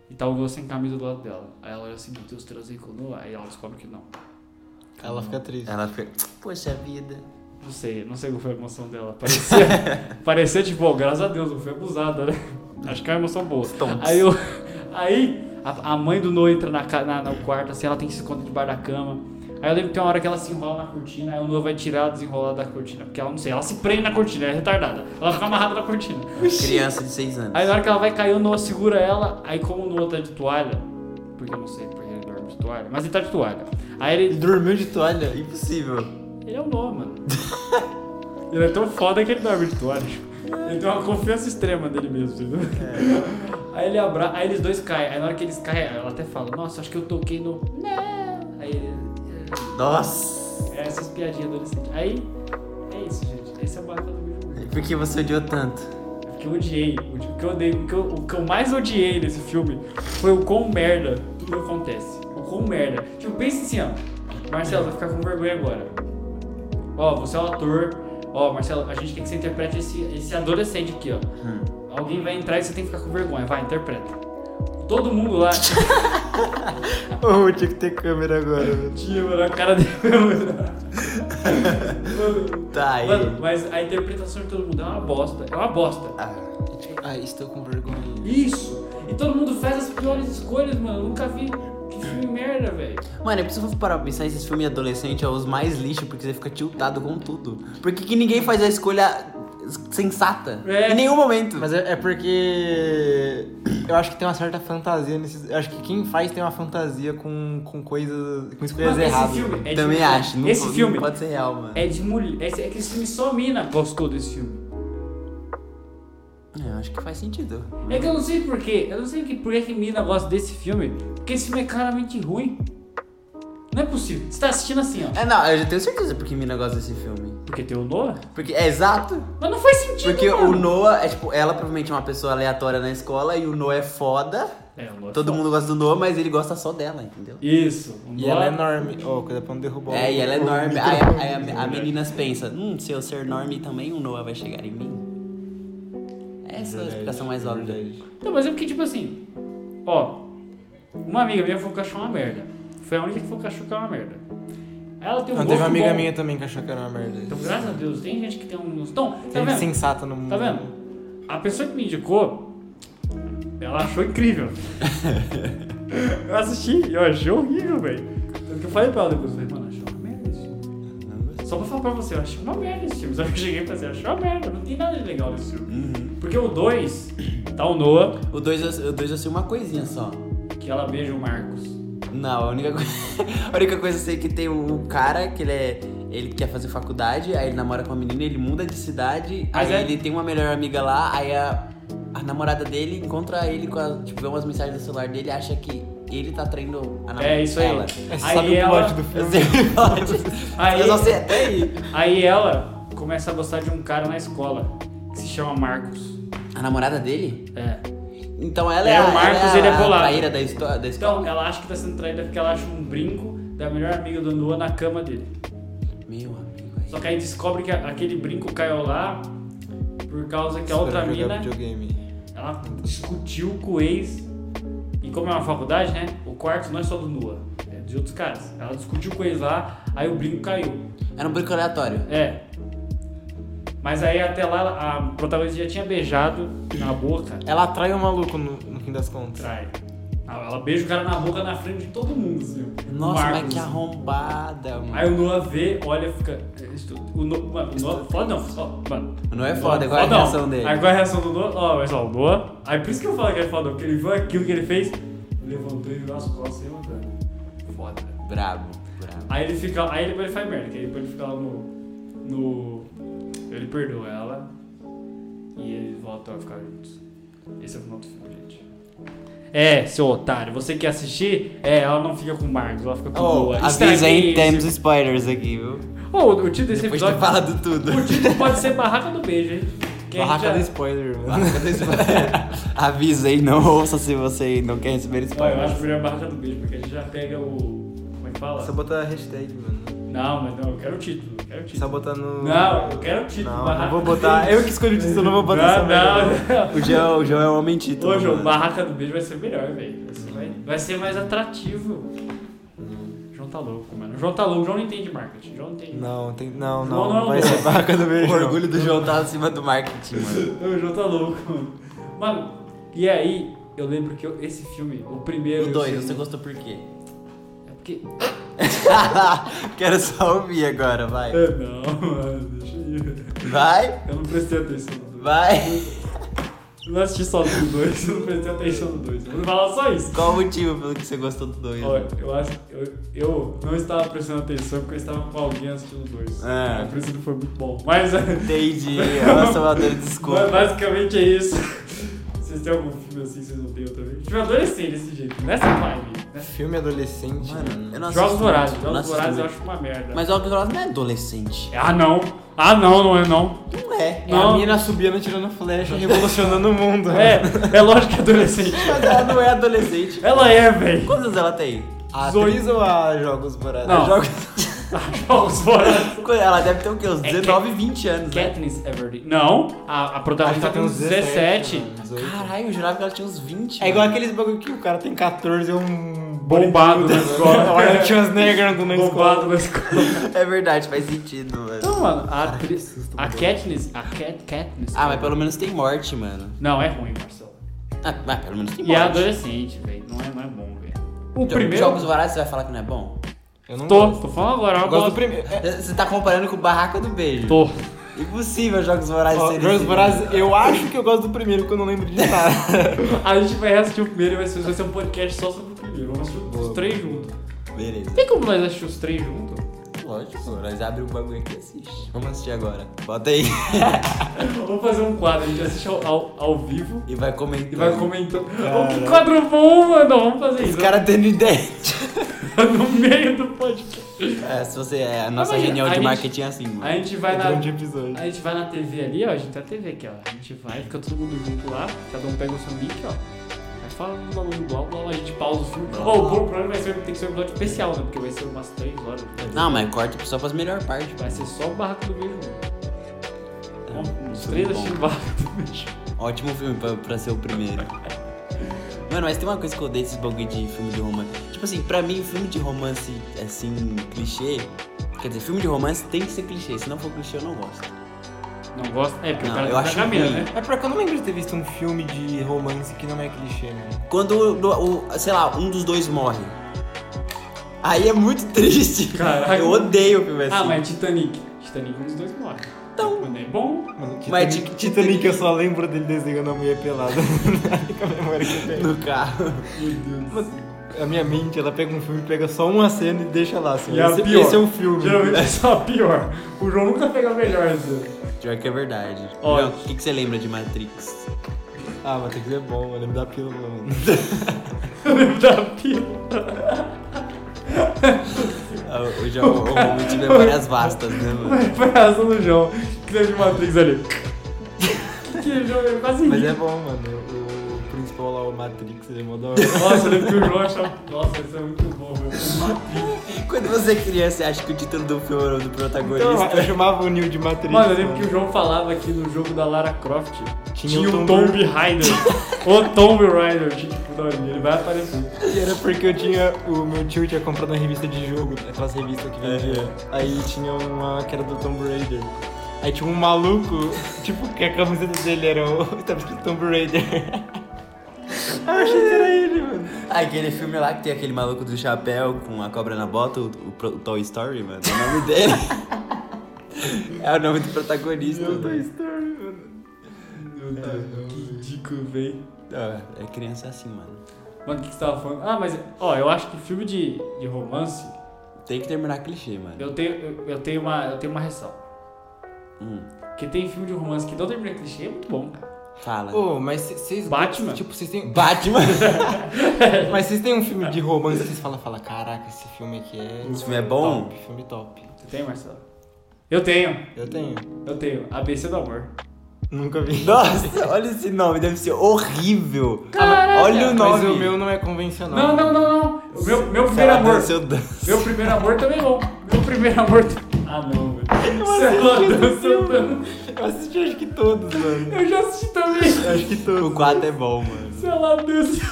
A: e tá o Noah sem camisa do lado dela. Aí ela olha assim: Meu Deus, transei com o Noah. Aí ela descobre que não.
C: Ela fica triste.
B: Ela fica. Poxa vida.
A: Não sei, não sei qual foi a emoção dela. Parecia, parecia tipo, ó, graças a Deus, não foi abusada, né? Acho que é uma emoção boa.
B: Stonks.
A: Aí, eu, aí a, a mãe do Noah entra na, ca- na, no quarto, assim, ela tem que se esconder debaixo da cama. Aí eu lembro que tem uma hora que ela se enrola na cortina, aí o Noah vai tirar ela desenrolar da cortina, porque ela não sei, ela se prende na cortina, ela é retardada. Ela fica amarrada na cortina.
B: Criança de 6 anos.
A: Aí na hora que ela vai cair, o Noah segura ela, aí como o Noah tá de toalha, porque eu não sei porque ele dorme de toalha, mas ele tá de toalha. Aí ele
C: Ele dormiu de toalha.
B: Impossível.
A: ele é o Noah, mano. ele é tão foda que ele dorme de toalha. Ele tem uma confiança extrema dele mesmo, entendeu? Aí ele abra... aí eles dois caem. Aí na hora que eles caem, ela até fala, nossa, acho que eu toquei no. Não! Aí ele-
B: Nossa.
A: é essas piadinhas adolescentes. Aí. É isso, gente. Esse é o barco do meu.
B: Por que você odiou tanto?
A: O que eu odiei, o que eu odeio, o que eu, o que eu mais odiei nesse filme foi o quão merda tudo acontece. O quão merda. Tipo, pensa assim, ó. Marcelo, vai ficar com vergonha agora. Ó, você é o ator. Ó, Marcelo, a gente quer que você interprete esse, esse adolescente aqui, ó. Alguém vai entrar e você tem que ficar com vergonha. Vai, interpreta. Todo mundo lá
C: Oh, tinha que ter câmera agora, velho.
A: tinha, mano, a cara dele. mano,
B: Tá aí.
A: mano, mas a interpretação de todo mundo é uma bosta. É uma bosta.
B: Ah,
C: Ai, estou com vergonha.
A: Isso! E todo mundo faz as piores escolhas, mano. Eu nunca vi. Que filme merda, velho.
B: Mano, é preciso parar pra pensar esses filmes adolescentes é os mais lixo, porque você fica tiltado com tudo. Por que, que ninguém faz a escolha sensata?
A: É.
B: Em nenhum momento.
C: Mas é, é porque eu acho que tem uma certa fantasia nesses. Eu acho que quem faz tem uma fantasia com, com coisas. com escolhas
A: Mano,
C: erradas.
A: esse filme é de-
B: Também acho. Não,
A: esse
B: não
A: filme
B: pode ser real, mano.
A: é de mulher. Esse, é que esse filme só mina gostou desse filme.
B: É, eu acho que faz sentido.
A: É que eu não sei porquê. Eu não sei que, por que que mina gosta desse filme. Porque esse filme é claramente ruim. Não é possível. Você tá assistindo assim, ó.
B: É, não, eu já tenho certeza porque mina gosta desse filme.
A: Porque tem o Noah?
B: Porque, é exato.
A: Mas não faz sentido.
B: Porque
A: mano.
B: o Noah é tipo, ela provavelmente é uma pessoa aleatória na escola e o Noah é foda.
A: É, o Noah. é
B: Todo
A: foda.
B: mundo gosta do Noah, mas ele gosta só dela, entendeu?
A: Isso. O
C: E ela é
A: Noah-
C: enorme. Ó, coisa pra não derrubar.
B: É,
C: o-
B: e ela é
C: o
B: enorme. Aí,
C: microfone.
B: aí a, a meninas pensa, hum, se eu ser enorme também, o Noah vai chegar em mim. Essa é a explicação mais óbvia.
A: Não, mas é porque, tipo assim, ó, uma amiga minha falou que achou uma merda. Foi a única que falou que achou que era uma merda. Ela tem um gosto
C: Não, Ah, teve uma amiga
A: bom.
C: minha também que achou que era uma merda.
A: Então, graças a Deus, tem gente que tem um. Então, tá
C: Tem gente
A: vendo?
C: sensata no mundo.
A: Tá vendo? A pessoa que me indicou, ela achou incrível. eu assisti e eu achei horrível, velho. Tanto que eu falei pra ela depois, eu falei, mano, achou uma merda esse filme. Só pra falar pra você, eu achei uma merda esse filme. Só que eu cheguei e falei assim, achei uma merda, não tem nada de legal nesse filme.
C: Uhum.
A: Porque o 2, tá o Noah,
B: O 2 eu, o dois eu sei uma coisinha só.
A: que ela beija o Marcos.
B: Não, a única, coisa, a única coisa que eu sei é que tem o o cara que ele é. Ele quer fazer faculdade, aí ele namora com uma menina, ele muda de cidade,
A: Mas
B: aí
A: é-
B: ele tem uma melhor amiga lá, aí a, a namorada dele encontra ele com a, tipo, vê umas mensagens do celular dele, acha que ele tá traindo a namorada
A: É isso aí.
B: dela.
C: É,
A: Aí
C: sabe o
A: ela-
C: plot do
B: Eu
C: filme?
B: sei que pode.
A: Aí-
B: Eu só sei até aí.
A: Aí ela começa a gostar de um cara na escola, que se chama Marcos.
B: A namorada dele?
A: É.
B: Então ela é,
A: É,
B: a,
A: o Marcos,
B: ela
A: ele é
B: a
A: bolado.
B: traíra da história. Da
A: Então,
B: escola.
A: ela acha que tá sendo traída porque ela acha um brinco da melhor amiga do Noah na cama dele.
B: Meu amigo. aí.
A: Só que aí descobre que a- aquele brinco caiu lá por causa que a outra
C: Pra jogar
A: mina,
C: videogame.
A: ela discutiu com o ex. E como é uma faculdade, né? O quarto não é só do Noah, é de outros caras. Ela discutiu com o ex lá, aí o brinco caiu.
B: Era um brinco aleatório.
A: É. Mas aí até lá a protagonista já tinha beijado na boca.
C: Ela atrai o maluco no, no fim das contas.
A: Trai. Ela ela beija o cara na boca na frente de todo mundo, viu?
B: Nossa, mas que arrombada, mano.
A: Aí o Noah vê, olha, fica. isso- O Noah, mano, o Noah foda não, só- mano.
B: O Noah é
A: o
B: foda, agora a
A: fodão.
B: reação dele.
A: Agora a reação do Noah, ó, mas ó, o Noah. Aí por isso que eu falo que ele foda, porque ele viu aquilo que ele fez, levantou e virou as costas e ia andando. Foda.
B: Brabo, brabo.
A: Aí ele fica. Aí depois ele faz merda, que aí depois ele fica lá no. no. Ele perdoa ela e eles voltam a ficar juntos. Esse é o final do filme, gente. É, seu otário, você quer assistir? É, ela não fica com o Marcos, ela fica com
B: Oh,
A: o Noah.
B: Avisa,
A: Estraguei
B: hein? Temos
A: esse-
B: spoilers aqui, viu?
A: Ô, o título desse
B: é Depois
A: episódio.
B: tu fala do tudo.
A: O título pode ser Barraca do Beijo, hein? Que a gente
C: Barraca
A: já-
C: do spoiler, mano.
B: Barraca do spoiler. Avisa aí, não ouça se você não quer receber
A: Ó, eu
B: spoilers.
A: acho melhor Barraca do Beijo, porque a gente já pega o. Como é que fala?
C: Só botar a hashtag, mano.
A: Não, mas não, eu quero o título, eu quero o
C: Só
A: título.
C: botar no.
A: Não, eu quero o título,
C: Não,
A: Barraca
C: não vou
A: do
C: botar.
A: Beijo.
C: Eu que escolho o título, não vou botar essa
A: Não,
C: merda.
A: não, não.
B: O João, o João é um homem título.
A: Ô, João,
B: mano.
A: barraca do beijo vai ser melhor, velho. Vai ser- Vai, vai ser mais atrativo. O João tá louco, mano. O João tá louco, o João não entende marketing. O João não entende.
C: Não, tem. Não,
A: Não,
C: não.
A: não,
C: Vai
A: não.
C: ser barraca do beijo.
B: O orgulho do João tá acima do marketing, mano.
A: O João tá louco, mano. Mano, e aí, eu lembro que eu- esse filme, o primeiro.
B: O
A: e
B: dois, você
A: segundo-
B: gostou por quê?
A: É porque.
B: Quero só ouvir agora, vai.
A: É, não, mano, deixa eu.
B: Vai,
A: Eu não prestei atenção no dois.
B: vai.
A: Eu não assisti só do dois, eu não prestei atenção no dois. Eu vou falar só isso.
B: Qual o motivo pelo que você gostou do dois? né?
A: Olha, eu acho. Eu, eu não estava prestando atenção porque eu estava com alguém assistindo dois.
B: É.
A: Por isso não foi muito bom. Mas.
B: Entendi. É Nossa, eu adoro desculpa.
A: Mas basicamente é isso. Vocês têm algum filme assim que vocês não têm também? Tipo, eu adolescente desse jeito, nessa vibe. né?
C: Filme adolescente,
B: Mano,
C: mano.
B: eu não assisto
A: Jogos Vorazes.
B: muito,
A: Jogos
B: não
A: Vorazes eu
B: assisto
A: acho uma merda.
B: muito. Mas Jogos Vorazes não é adolescente.
A: Ah não! Ah não, não é não.
B: Não é.
C: É
A: Não.
C: a mina subindo, tirando flecha, revolucionando o mundo.
A: É, é lógico que é adolescente.
B: Mas ela não é adolescente.
A: Ela é, velho.
B: Quantos anos ela tem? Ah,
C: A atriz ou a Jogos Vorazes?
A: Não.
C: Jogos...
A: Jogos Vorazes.
B: Ela deve ter o quê? Uns
A: É
B: 19, 20 anos, né?
A: Katniss Everdeen. Não, a, a tá
C: Acho que
A: protagonista
C: ela
A: tem uns né? 17.
C: mano, 18.
B: Caralho, eu jurava que ela tinha uns 20.
C: É igual
B: mano.
C: aqueles bagulho que o cara tem 14 e é um...
A: Bombado na escola.
C: Olha o Schwarzenegger andando na
A: Bombado na
C: escola.
A: escola.
B: É verdade, faz sentido, mano.
A: Então, mano, a atriz. A Katniss. A Cat, Katniss.
B: Ah, mas pelo menos tem morte, mano.
A: Não, é ruim, Marcelo.
B: Ah, mas pelo menos tem
A: E é
B: morte.
A: adolescente, velho. Não é, não é bom, velho. O
B: Jo-
A: primeiro.
B: Jogos Vorazes, você vai falar que não é bom?
C: Eu não
A: Tô,
C: gosto.
A: tô falando agora. Eu
C: Eu gosto do
A: gosto.
C: primeiro. É,
B: Você tá comparando com o Barraca do Beijo.
A: Tô.
B: Impossível Jogos Vorazes
C: ó,
B: serem
C: Jogos
B: assim.
C: Vorazes, eu acho que eu gosto do primeiro, porque eu não lembro de nada.
A: A gente vai assistir o primeiro e vai ser, vai ser um podcast só sobre o primeiro. Vamos assistir os três juntos.
B: Beleza.
A: Tem como nós assistir os três juntos?
B: Lógico, nós abre o bagulho aqui e assiste. Vamos assistir agora. Bota aí.
A: Vamos fazer um quadro, a gente assiste ao, ao, ao vivo
B: E vai comentando.
A: e vai comentando. Ô, que
C: Cara.
A: quadro bom, mano! Vamos fazer
B: Os
A: isso.
B: caras tendo ideia.
A: no meio do podcast.
B: É, se você é a nossa
A: Imagina,
B: reunião
A: a
B: de
A: gente-
B: marketing é assim,
A: A
B: mano.
A: gente vai na.
C: Grande episódio.
A: A gente vai na TV ali, ó. A gente tem a TV aqui, ó. A gente vai, fica todo mundo junto lá, cada um pega o seu mic, ó. Aí fala do bagulho blá blá, blá, a gente pausa o filme. Ó, o bom problema vai ser tem que ser um episódio especial, né? Porque vai ser umas 3 horas. né?
B: Não, mas corta só pras melhores partes.
A: Vai ser só o barraco do beijo. Bom, uns
B: Foi
A: três
B: bom.
A: assistindo o barraco do beijo.
B: Ótimo filme pra, pra ser o primeiro. Mano, mas tem uma coisa que eu odeio esses bagulho de filme de romance. Tipo assim, pra mim, filme de romance, assim, clichê. Quer dizer, filme de romance tem que ser clichê. Se não for clichê, eu não gosto.
A: Não gosta? É, porque
B: Não,
A: o cara
B: eu
A: tá
B: acho
A: na mina,
B: ruim.
A: né?
C: É porque eu não lembro de ter visto um filme de romance que não é clichê, né?
B: Quando, o, o- sei lá, um dos dois morre. Aí é muito triste.
A: Caraca.
B: Eu odeio filme assim.
A: Ah, mas é Titanic. Titanic um dos dois morre.
B: Então.
A: Mas não é bom.
C: Mano, Titanic,
B: Mas Ti- Titanic-
C: Titanic eu só
A: é.
C: lembro dele desenhando a mulher pelada. A única memória que eu tenho.
B: No carro.
A: Meu Deus.
C: Mas a minha mente, ela pega um filme, pega só uma cena e deixa lá, assim.
A: E a
C: esse,
A: pior.
C: esse é o filme.
A: Geralmente é só a pior. O João nunca pega a melhor. assim. Zé.
B: Pior que é verdade.
A: Ó.
B: Léo, o que, que você lembra de Matrix?
C: Ah, mas tem que ser bom, eu lembro da pílula, mano.
A: Eu lembro da pílula.
B: Ah, Hoje é um um homem de memórias vastas, né, mano?
A: Foi a reação do João. Que teve de Matrix ali. que o João é quase
C: Mas
A: rindo.
C: é bom, mano. O, o principal lá, o Matrix, ele é mó da hora.
A: Nossa, eu lembro que o João achava. Nossa, isso é muito bom, meu.
B: Quando você é criança, você acha que o título do filme era o do protagonista.
C: Então,
A: é.
C: eu chamava o Neil de Matrix.
A: Mano, eu lembro que o
C: mano.
A: João falava aqui no jogo da Lara Croft.
C: Tinha
A: Tinha,
C: o
A: o
C: Tomb-
A: Tomb Raider. o Tomb Raider. Tinha que dar ele vai aparecer.
C: E era porque eu tinha. O meu tio tinha comprado uma revista de jogo, aquelas revistas que vendia. Aí tinha uma que era do Tomb Raider. Aí tinha um maluco, tipo, que a camiseta dele era o. Tava escrito Tomb Raider. Ah, eu achei que era ele, mano.
B: Ah, Aquele filme lá que tem aquele maluco do chapéu com a cobra na bota, o, o pro- o Toy Story, mano. É o nome dele. é o nome do protagonista.
A: Meu
B: mano.
A: Deus, Meu Deus, É, que ridículo, velho.
B: Ah, É criança assim, mano.
A: Mano, o que que você tava falando? Ah, mas, ó, eu acho que filme de, de romance,
B: Tem que terminar clichê, mano.
A: eu tenho, eu, eu tenho uma, eu tenho uma ressalva.
B: Hum,
A: Porque tem filme de romance que não termina clichê, é muito bom, cara.
B: fala.
C: Ô, mas vocês.
A: Batman?
C: Tipo, vocês têm.
B: Batman!
C: Mas vocês têm um filme de romance que vocês falam, fala, caraca, esse filme aqui é.
B: Esse filme é bom?
C: Top, filme top.
A: Você tem, Marcelo? Eu tenho,
C: Eu tenho.
A: eu tenho. ABC do Amor.
C: Nunca vi.
B: Nossa, olha esse nome, deve ser horrível. olha o
C: Mas
B: nome.
C: o meu não é convencional.
A: Ah, Não, não, não, não. O meu, meu primeiro
B: Fala do
A: amor.
B: seu dan-
A: Meu primeiro amor também é bom. Meu primeiro amor. t- Ah, não, velho. Você é dança,
C: Eu assisti acho que todos, mano.
A: Eu já assisti também.
C: Acho que todos.
B: O 4 é bom, mano.
A: Sei lá, dança.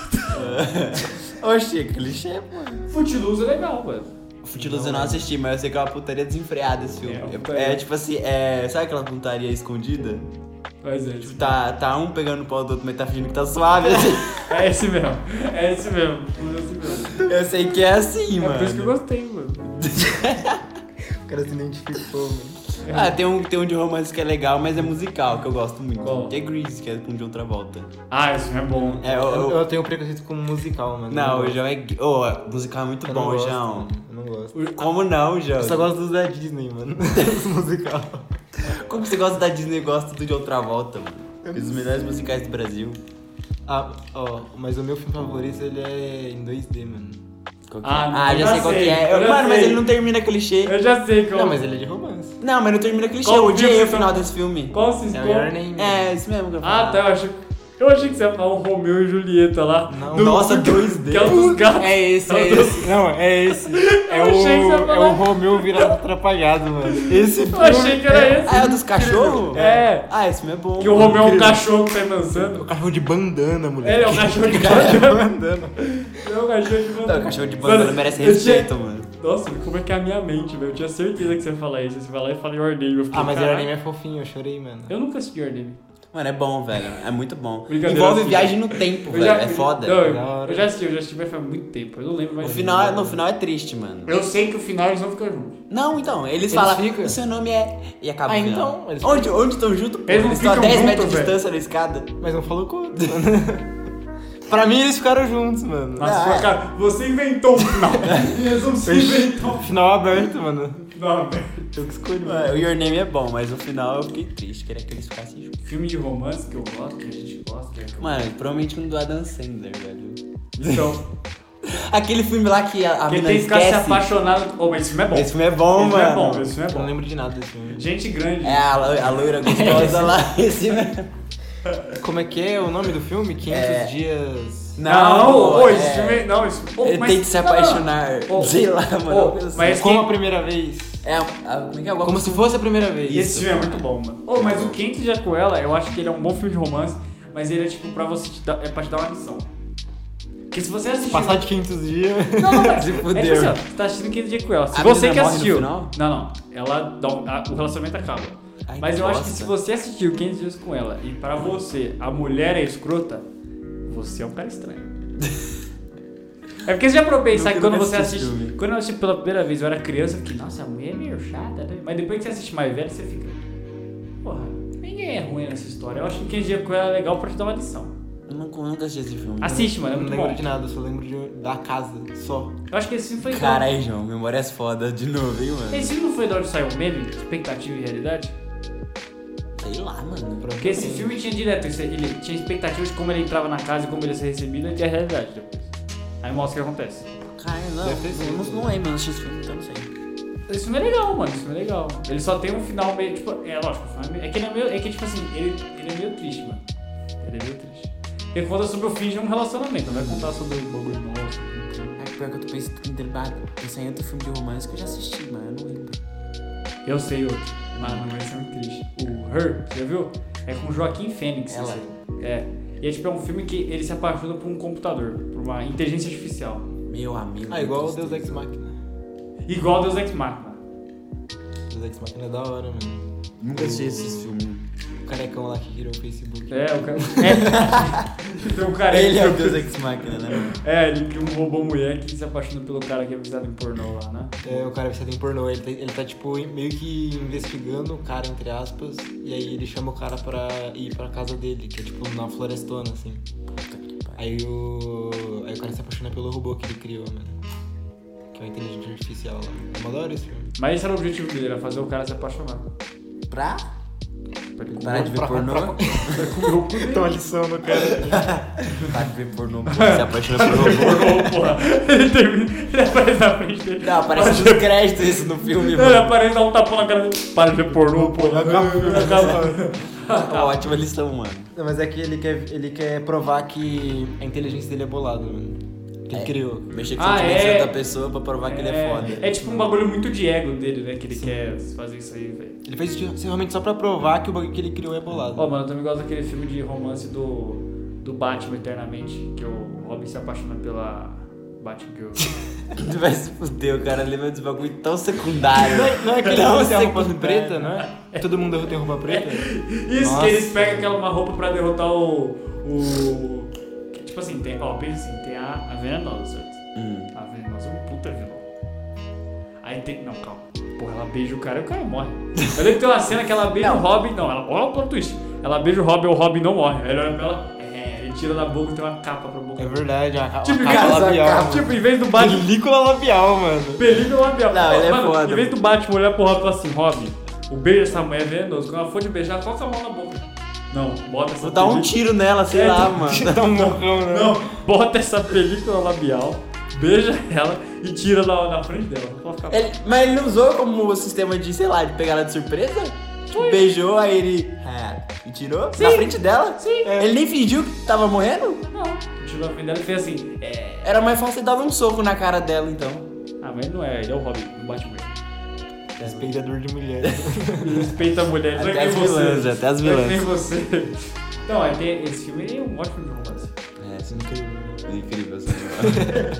B: Oxi, é clichê, mano.
A: Futiluso é legal, mano.
B: Futilus eu não assisti, mas eu sei que é uma putaria desenfreada esse filme.
A: É, uma
B: É,
A: putaria.
B: é tipo assim, é. Sabe aquela putaria escondida?
A: Mas é,
B: Tipo,
A: tipo,
B: tá, tá um pegando o pau do outro, mas tá fingindo que tá suave. assim.
A: é esse mesmo. É esse mesmo. É esse mesmo.
B: Eu sei que é assim,
A: É por isso que eu
B: mano.
A: gostei, mano.
C: O cara se identificou, mano.
B: Ah, tem um, tem um de romance que é legal, mas é musical, que eu gosto muito.
A: Qual?
B: Que é Grease, que é com o John Travolta.
A: Ah, esse filme é bom.
B: É,
C: Eu,
B: o.
C: eu tenho um preconceito com musical, mano.
B: Não, o
C: eu
B: João é. gay. Ô, musical é muito
C: eu não
B: bom,
C: gosto,
B: João.
C: mano. Eu não gosto.
B: Como não, João?
C: Eu só gosto dos da Disney, mano. Os musical.
B: Como você gosta da Disney e gosta do John Travolta, mano? Um dos melhores musicais do Brasil.
C: Ah, ó, mas o meu filme favorito ele é em 2D, mano.
B: Qual que
A: Ah,
B: é?
A: não,
B: ah,
A: eu
B: já
A: já
B: sei qual que
A: sei,
B: é.
A: eu já
B: Mano, mas
A: sei.
B: ele não termina clichê.
A: Eu já sei qual.
C: Não, mas ele é de romance.
B: Não, mas não termina clichê.
A: Qual
B: eu odiei
A: filme
B: o
A: você
B: final
A: tá-
B: desse filme.
A: Qual se
C: É
A: escolhe?
C: o Your Name.
B: É, isso mesmo que eu
A: Ah, tá. Eu achei, eu achei que você ia falar um Romeu e Julieta lá.
C: Não.
A: Do-
B: Nossa,
A: do-
B: 2D.
A: Que é o dos gatos.
B: É esse, é
A: o dos-
B: esse.
C: Não, é esse. É
A: Eu achei que você ia
C: o,
A: falar.
C: é o Romeu virado atrapalhado, mano. Esse
A: Eu achei que era esse.
B: Ah, é o dos cachorros?
A: É.
B: Ah, esse filme é bom.
A: Que o Romeu é um
C: Incrível.
A: cachorro que tá dançando.
C: O é um cachorro de bandana,
A: Ele
C: moleque.
A: é um cachorro de
C: de
A: bandana.
C: bandana.
A: Ele é um cachorro de
B: Não,
A: bandana.
B: o cachorro de bandana
A: Mano, é-
B: merece
A: eu tinha-
B: respeito, mano.
A: Nossa, como é que é a minha mente, velho? Eu tinha certeza que você ia falar isso. Você vai lá e fala Your Name. Eu fiquei,
C: Ah, mas
A: "Caralho".
C: Your Name é fofinho, eu chorei, mano.
A: Eu nunca assisti Your Name.
B: Mano, é bom, velho. É muito bom.
A: Brincadeira,
B: Envolve
A: assim.
B: viagem no tempo, velho. É foda.
A: Não, eu,
C: Da hora.
A: eu já assisti, eu já assisti, mas faz muito tempo. Eu não lembro mais.
B: O
A: de
B: final, é-
A: nada.
B: no final é triste, mano.
A: Eu sei que o final eles vão ficar juntos.
B: Não, então, eles,
C: Eles
B: falam,
C: ficam?
B: o seu nome é... E acaba
C: Ah,
B: o final.
C: então, eles-
B: Onde onde estão juntos? pô?
A: Eles não
B: estão a
A: ficam
B: 10
A: junto,
B: metros de
A: velho.
B: distância na escada.
C: Mas não falou com o outro, mano. pra mim eles ficaram juntos, mano.
A: Nossa,
B: é.
A: sua cara, você inventou um final. eles não se inventou um
C: Final aberto, mano.
A: final, velho.
C: Eu que escolhi,
B: Ué,
C: mano.
B: O Your Name é bom, mas no final eu fiquei triste, queria que eles ficassem juntos.
A: Filme de romance que eu gosto, que a gente gosta. que é-
B: Mano, provavelmente um do Adam Sandler, velho.
A: Então,
B: Aquele filme lá que a, a
A: quem
B: mina
A: tem que ficar se
B: esquece.
A: apaixonado. Oh, mas esse filme é bom.
B: Esse filme é bom,
A: Esse filme é
B: mano.
A: bom, esse filme é
C: Não
A: bom.
C: lembro de nada assim. desse filme.
A: Gente grande.
B: É a, lo- a loira gostosa lá. Esse mesmo.
C: Como é que é o nome do filme? 500
B: É.
C: dias...
A: Não, ô,
B: é-
A: esse filme. Não, esse. ô,
B: Ele
A: mas-
B: tem que se
A: não, não, não.
B: apaixonar.
A: Ô,
B: Sei lá, mano.
A: ô,
B: eu não sei.
A: mas-
C: Como
A: quem-
C: a primeira vez.
B: É, a, a- como é que é? Alguma
C: Como se fosse a primeira vez.
A: E esse filme é muito bom, mano. Ô, mas o Quente já com ela, eu acho que ele é um bom filme de romance, mas ele é tipo pra você te dar, é pra te dar uma lição. Porque se você assistir.
C: Passar de 500 dias...
A: Não, não, mas
B: Se
A: é
B: fudeu.
A: tipo assim, ó, você tá assistindo 15 dias com ela. Se
B: A
A: você
B: menina
A: que
B: morre no
A: assistiu. Não,
B: final?
A: não. Ela dá um- a- o relacionamento acaba.
B: Ai,
A: mas eu acho que se
B: bosta.
A: você assistiu 15 dias com ela e pra você a mulher é escrota, você é um cara estranho. É porque você já pra pensar
B: Nunca-
A: que quando
B: nunca
A: você
B: assisti esse
A: assiste.
B: filme.
A: Quando eu assisti pela primeira vez, eu era criança, eu fiquei, nossa, a mulher é meio chata, né? Mas depois que você assiste mais velho, você fica. Porra, ninguém é ruim nessa história. Eu acho que 15 dias com ela é legal pra te dar uma lição.
B: Eu nunca, nunca assisti esse filme.
A: Assiste, mano, é
C: não
A: muito
C: lembro
A: bom.
C: de nada, só lembro de- da casa, só.
A: Eu acho que esse filme foi. da-
B: Caralho, João, memórias foda de novo, hein, mano?
A: Esse filme não foi de onde saiu o meme? Expectativa e realidade?
B: Sei lá, mano.
C: Pra-
A: Porque esse filme tinha direto, isso, ele tinha expectativa de como ele entrava na casa e como ele ia ser recebido, e a realidade depois. Aí mostra o que acontece.
B: Caralho, não.
C: Deve ter sido.
B: Não, não lembro, eu não assisti esse filme, então não sei.
A: Esse filme é legal, mano. Esse filme é legal. Ele só tem um final meio. Tipo, é lógico, o filme é, meio- é que ele é meio. É que, tipo assim, ele, ele é meio triste, mano. Ele é meio triste. Ele conta sobre o fim de um relacionamento, não vai contar sobre o bagulho nosso.
B: Ah, pior que eu tô pensando em debate. Pensando em outro filme de romance que eu já assisti, mano. Eu não lembro.
A: Eu sei outro, mas não vai ser muito triste. O Her, você já viu? É com Joaquim Fênix.
B: Ela.
A: esse. É. E é tipo, é um filme que ele se apaixona por um computador, por uma inteligência artificial.
B: Meu amigo.
C: Ah, igual o
B: que
C: Deus Ex
B: tristeza.
C: Machina.
A: Igual Deus Ex Machina.
C: Deus Ex Machina é da hora, mano.
B: Nunca assisti esse filme.
C: O carecão lá que girou o Facebook.
A: É, o cara. É. Tem um cara
B: Ele é o
A: que-
B: Deus Ex Machina, né, mano?
A: É, ele que roubou mulher que se apaixona pelo cara que é viciado em pornô lá, né?
C: É, o cara viciado em pornô, ele tá, ele tá tipo meio que investigando o cara, entre aspas, e aí ele chama o cara pra ir pra casa dele, que é tipo na florestona, assim.
B: Puta que pariu.
C: Aí o. Aí o cara se apaixona pelo robô que ele criou, mano. Que é uma inteligência artificial lá. É uma da hora esse filme.
A: Mas esse era o objetivo dele, era fazer o cara se apaixonar.
B: Pra?
A: Pra ele
B: Parar de ver pornô?
A: comer o cu dele.
C: Então a lição do cara.
B: Parar de ver pornô, pô. Se apaixona por robô.
A: Pornô, porra. Ele termina, ele aparece na frente dele.
B: Não, aparece nos créditos isso no filme,
A: Ele
C: é
B: mano.
A: aparece, dá um tapão na cara dele. Para de ver pornô, porra. Acaba.
B: Ó, Ótima lição, mano.
C: Não, mas é que ele quer, ele quer provar que a inteligência dele é bolada, mano. Que ele
B: É.
C: criou.
B: Mexer com o
A: Ah,
B: sentimento
A: é?
B: da pessoa pra provar que ele é foda.
A: É tipo um bagulho muito de ego dele, né? Que ele quer fazer isso aí, velho.
C: Ele fez isso realmente só pra provar que o bagulho que ele criou é bolado.
A: Ó, mano, eu também gosto daquele filme de romance do, do Batman Eternamente, que o Robin se apaixona pela Batgirl.
B: Tu vai se fuder, o cara lembra desse bagulho tão secundário.
C: Não é, não é aquele
B: Não
C: que tem a roupa
B: secundário.
C: preta, não é? Todo mundo tem roupa preta?
A: Isso,
B: Nossa.
A: que eles pegam aquela uma roupa pra derrotar o. o que, tipo assim, tem. Ó, pensa assim, tem a, a venenosa, certo?
B: Hum.
A: A venenosa é um puta vilão. Aí tem. Não, calma. Porra, ela beija o cara e o cara morre. Eu lembro que tem uma cena que ela beija o Robin. Não, ela. Olha o plot twist. Ela beija o Robin e o Robin não morre. Aí ele olha pra ela. É, ele tira da boca e tem uma capa pra boca.
C: É verdade, a, a é
A: tipo, em
C: capa
A: vez-
C: labial.
A: tipo, em vez do Batman.
C: Película labial, mano.
A: Película labial.
B: Não, ele é
A: Mano,
B: foda.
A: Em vez do Batman olhar pro Robin e falar assim, Robin, o beijo dessa mulher é venenoso. Quando ela for te beijar, coloca a mão na boca. Não, bota essa
B: Vou dar um
A: película-
B: tiro nela, sei
A: É,
B: lá,
A: não.
B: mano.
C: Tá um mocão, né?
A: Não, bota essa película labial, beija ela e tira na, na frente dela. Pode ficar-
B: Ele- mas ele não usou como o sistema de, sei lá, de pegar ela de surpresa? Tipo, beijou, aí ele. Ah, e tirou? Na
A: Sim.
B: frente dela?
A: Sim. É.
B: Ele nem fingiu que tava morrendo?
A: Não, tirou na frente dela e fez assim. É...
B: Era mais fácil ele dar um soco na cara dela, então.
A: Ah, mas não é, ele é o Robin, não bate mulher.
C: Respeitador de mulheres.
A: Ele respeita a mulher, não é
B: Até
A: que
B: as
A: nem você.
B: vilãs, até as
A: Não é que
B: vilãs.
A: nem você. Então, é, tem- esse filme é um ótimo de romance.
B: É, sim. Incrível assim,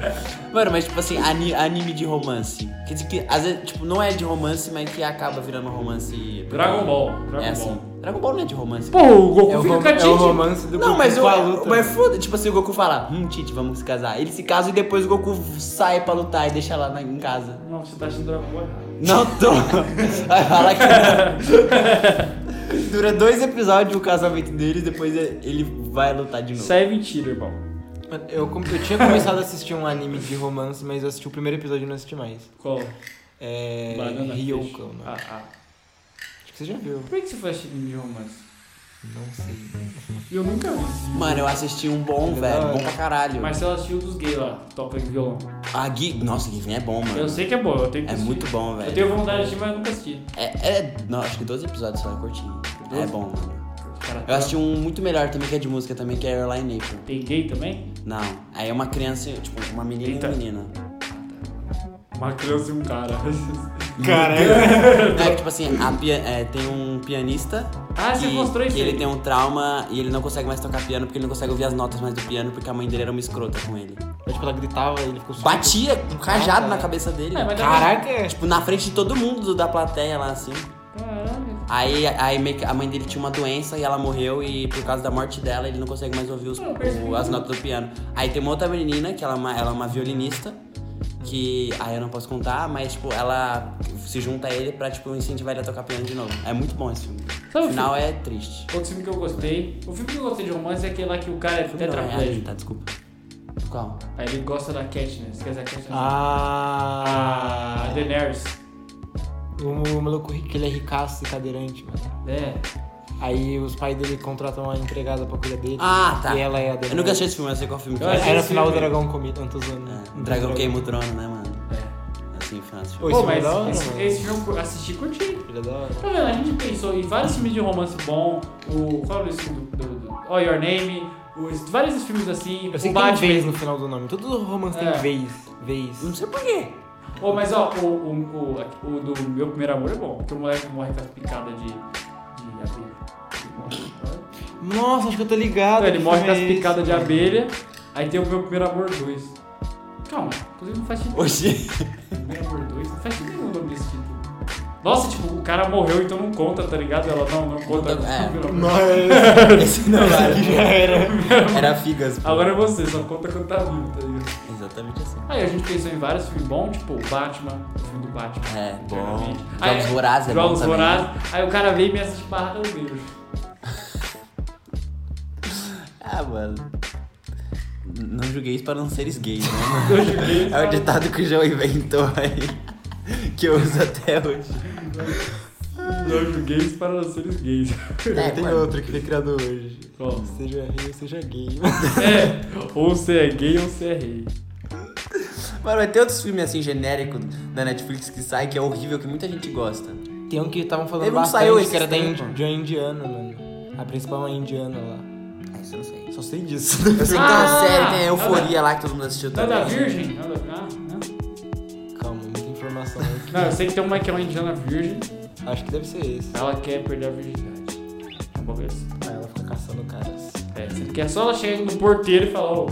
B: essa Mano, mas tipo assim, ani- anime de romance. Quer dizer que às vezes, tipo, não é de romance, mas que acaba virando romance.
A: Dragon Ball, Dragon
B: é assim.
A: Ball.
B: Dragon Ball não é de romance.
A: Pô, o Goku
C: É o,
A: fica
C: rom-
A: com a
C: é
A: Titi.
C: o romance do
B: Não,
C: Goku
B: mas,
C: com
B: o,
C: a luta. né?
B: mas foda, tipo assim, o Goku fala, hum, Tite, vamos se casar. Ele se casa e depois o Goku sai pra lutar e deixa ela na- em casa.
A: Não, você tá achando Dragon Ball errado.
B: Não tô. Vai falar que não. Dura dois episódios o casamento dele e depois é, ele vai lutar de novo.
A: Isso aí é mentira, irmão.
C: Mano, Eu, com- eu tinha começado a assistir um anime de romance, mas eu assisti o primeiro episódio e não assisti mais.
A: Qual?
C: É.
A: Banana
C: Ryouko,
A: Fish.
C: mano.
A: Ah, ah.
C: Acho que você já viu.
A: Por que que você foi assistir anime de romance?
C: Não sei.
A: Eu nunca vi.
B: Mano, eu assisti um bom,
C: É da
B: velho.
C: hora.
B: Bom pra caralho.
A: Marcelo assistiu um dos gays lá, toca de violão.
B: Ah, Gui... Nossa, Given é bom, mano.
A: Eu sei que é bom, eu tenho que
B: É
A: assistir.
B: muito bom,
A: Eu
B: velho.
A: tenho vontade de assistir, mas eu nunca assisti.
B: É, é- Não, acho que 12 episódios só, é curtinho. É
A: Doze?
B: bom, mano.
A: Cara,
B: Eu assisti um muito melhor também, que é de música também, que é Airline April.
A: Tem gay também?
B: Não, aí é uma criança, tipo, uma menina
A: Eita.
B: e um menino.
A: Uma criança e um cara.
C: Caralho.
B: Não, é que, tipo assim, a pia- é, tem um pianista.
A: Ah, você
B: que,
A: mostrou isso
B: Que ele
A: aí.
B: tem um trauma e ele não consegue mais tocar piano porque ele não consegue ouvir as notas mais do piano porque a mãe dele era uma escrota com ele.
C: Mas, tipo, ela gritava e ele ficou super.
B: Batia um cajado na cabeça dele.
A: É, mas dá-
C: Caraca!
B: Tipo, na frente de todo mundo da plateia lá, assim.
A: Caralho.
B: Aí, aí meio que a mãe dele tinha uma doença e ela morreu e por causa da morte dela ele não consegue mais ouvir os-
A: Ah, eu percebi.
B: o- as notas do piano. Aí tem uma outra menina, que ela é uma, ela é uma violinista, que aí eu não posso contar, mas tipo, ela se junta a ele pra tipo, incentivar ele a tocar piano de novo. É muito bom esse filme.
A: Sabe
B: O
A: o
B: final
A: filme?
B: é triste.
A: Outro filme que eu gostei. O filme que eu gostei de romance é aquele lá que o cara é
B: Não, é realismo,
A: tetraplégico.
B: tá, desculpa. Qual?
A: Aí ele gosta da Katniss, quer dizer, a Katniss.
C: Ah.
A: A Daenerys.
C: O maluco rico, ele é ricaço e cadeirante, mano.
A: É.
C: Aí os pais dele contratam uma empregada pra cuidar dele.
B: Ah, tá.
C: E ela é a dele.
B: Eu nunca achei esse filme, eu sei qual filme que
A: Eu achei
C: Aí
B: é.
C: no
A: esse
C: final o
A: filme.
C: dragão comida, não tô zoando. né?
B: É, O dragão queima o trono, né, mano? Assim, o final desse filme.
C: Oi.
A: Pô,
C: filme é
A: mas
C: da hora,
A: é. esse,
C: mano.
A: esse filme eu assisti e curti.
C: Filha da hora.
A: Tá vendo? A gente pensou em vários filmes de romance bom, o. Qual é o filme do. do, do oh, Your Name, os, vários filmes assim,
C: Eu
A: o
C: sei que tem vez
A: Batman.
C: no final do nome. Todo romance
A: É.
C: tem vez. Vez.
B: Não sei porquê.
A: Oh, mas ó, o, o, o, o do Meu Primeiro Amor é bom, porque o moleque morre com as picadas de. de abelha. Ele morre.
C: Nossa, acho que eu tô ligado.
A: Não, ele
C: que
A: morre com
C: filme
A: as
C: é esse?
A: picadas de abelha, aí tem o Meu Primeiro Amor 2. Calma, inclusive não faz sentido.
B: Hoje.
A: Primeiro Amor 2, não faz sentido nenhum o nome desse título. Nossa, tipo, o cara morreu, então não conta, tá ligado? Ela não, não conta.
B: Não, é.
A: Primeiro amor.
C: Nossa,
B: Esse não
C: já
B: era.
C: era.
B: Era Figas. pô.
A: Agora é você, só conta quando tá vivo, tá ligado?
B: Exatamente assim.
A: Aí a gente pensou em vários filmes bons, tipo o Batman, o filme do Batman.
B: É, bom.
A: Eternamente.
B: Jogos
A: Aí-
B: Vorazes é bom
A: Jogos
B: também.
A: Vorazes. Aí o cara veio e é me assiste barra, eu vejo.
B: Ah, mano. N- Não julgueis para não seres gays, né, mano?
A: Eu julguei.
B: É o
A: sabe?
B: ditado que o João inventou aí. Que eu uso até hoje.
A: Eu julguei isso para não seres gays.
B: É,
C: tem
B: mano.
C: outro que foi criado hoje.
A: Qual?
C: Seja rei ou seja gay.
A: É, ou você é gay ou você é rei.
B: Mano, vai ter outros filmes assim genérico da Netflix que sai que é horrível, que muita gente gosta.
C: Tem um que estavam falando
B: Teve um que
C: bastante,
B: saiu
C: que era
B: esses
C: da
B: tempos.
C: Indi- de uma indiana, mano. A principal é uma indiana lá.
B: Ah, isso eu não sei.
C: Só sei disso.
B: Eu sei que tem uma
A: Ah,
B: série, tem a
A: nada-
B: Euforia lá que todo mundo assistiu
A: Não é da
B: também.
A: virgem? Não, é da- ah, não.
C: Calma, muita informação. aqui.
A: Não, eu sei que tem uma que é uma indiana virgem,
C: Acho que deve ser esse.
A: ela quer perder a virgindade. É um bagulho assim.
C: Aí ela fica caçando caras.
A: É, você quer só ela chegar no porteiro e falar, ô.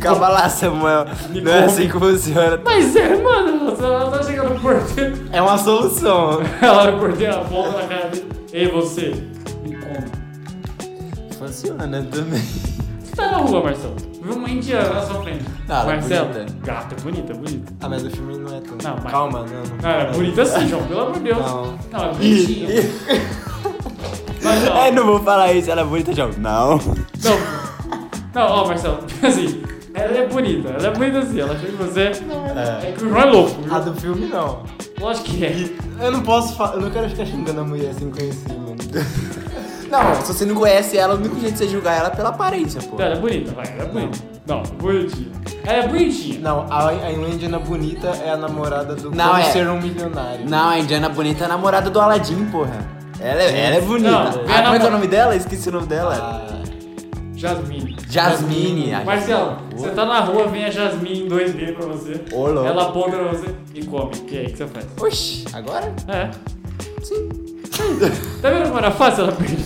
B: Calma lá, Samuel.
A: Me
B: Não é
A: come.
B: assim que funciona.
A: Mas é, mano, ela- ela tá chegando no porteiro.
C: É uma solução.
A: Ela olha o porteiro, ela volta na cara dele. Ei, você, me conta.
C: né,
B: Funciona também.
A: Você tá na rua, Marcelo. Viu uma indiana na sua frente.
B: Ah, ela é
A: Marcelo,
B: bonita.
A: gata, bonita, bonita.
C: Ah, mas o filme não é tão.
A: Não, mas-
C: Calma, não. não.
A: Ah, é bonita sim, João, pelo amor de Deus.
C: Não.
A: é bonitinha. Mas, ó,
B: Ai, não vou falar isso, ela é bonita, João. Não.
A: Não, não, ó, Marcelo, assim, ela é bonita, ela é bonita assim, ela chega em você. É que o João é louco,
C: A
A: viu?
C: Ah, do filme não.
A: Lógico que é.
C: Eu não posso falar. Eu não quero ficar xingando a mulher sem conhecer, mano.
B: Não, se você não conhece ela, o único jeito de você julgar ela é pela aparência, pô.
A: Não, ela é bonita, vai, ela é bonita. Não, bonitinha. Ela é bonitinha.
C: Não, a, a indiana bonita é a namorada do
B: Não,
C: Como
B: é.
C: ser um milionário.
B: Não, a Indiana Bonita é a namorada do Aladdin, porra. Ela, é- ela é bonita.
A: Não,
B: ah,
A: é a
B: como é que é
A: namora-
B: o nome dela? Esqueci o nome dela.
C: Ah,
A: Jasmine.
B: Jasmine. ai,
A: Ah, Marcelo,
B: porra.
A: você tá na rua, vem a Jasmine em 2D pra você.
B: Ô, louco.
A: Ela aponta pra você e come. E aí, o que você faz?
B: Oxi, agora?
A: É.
B: Sim.
A: Tá vendo como era fácil? Ela, perde.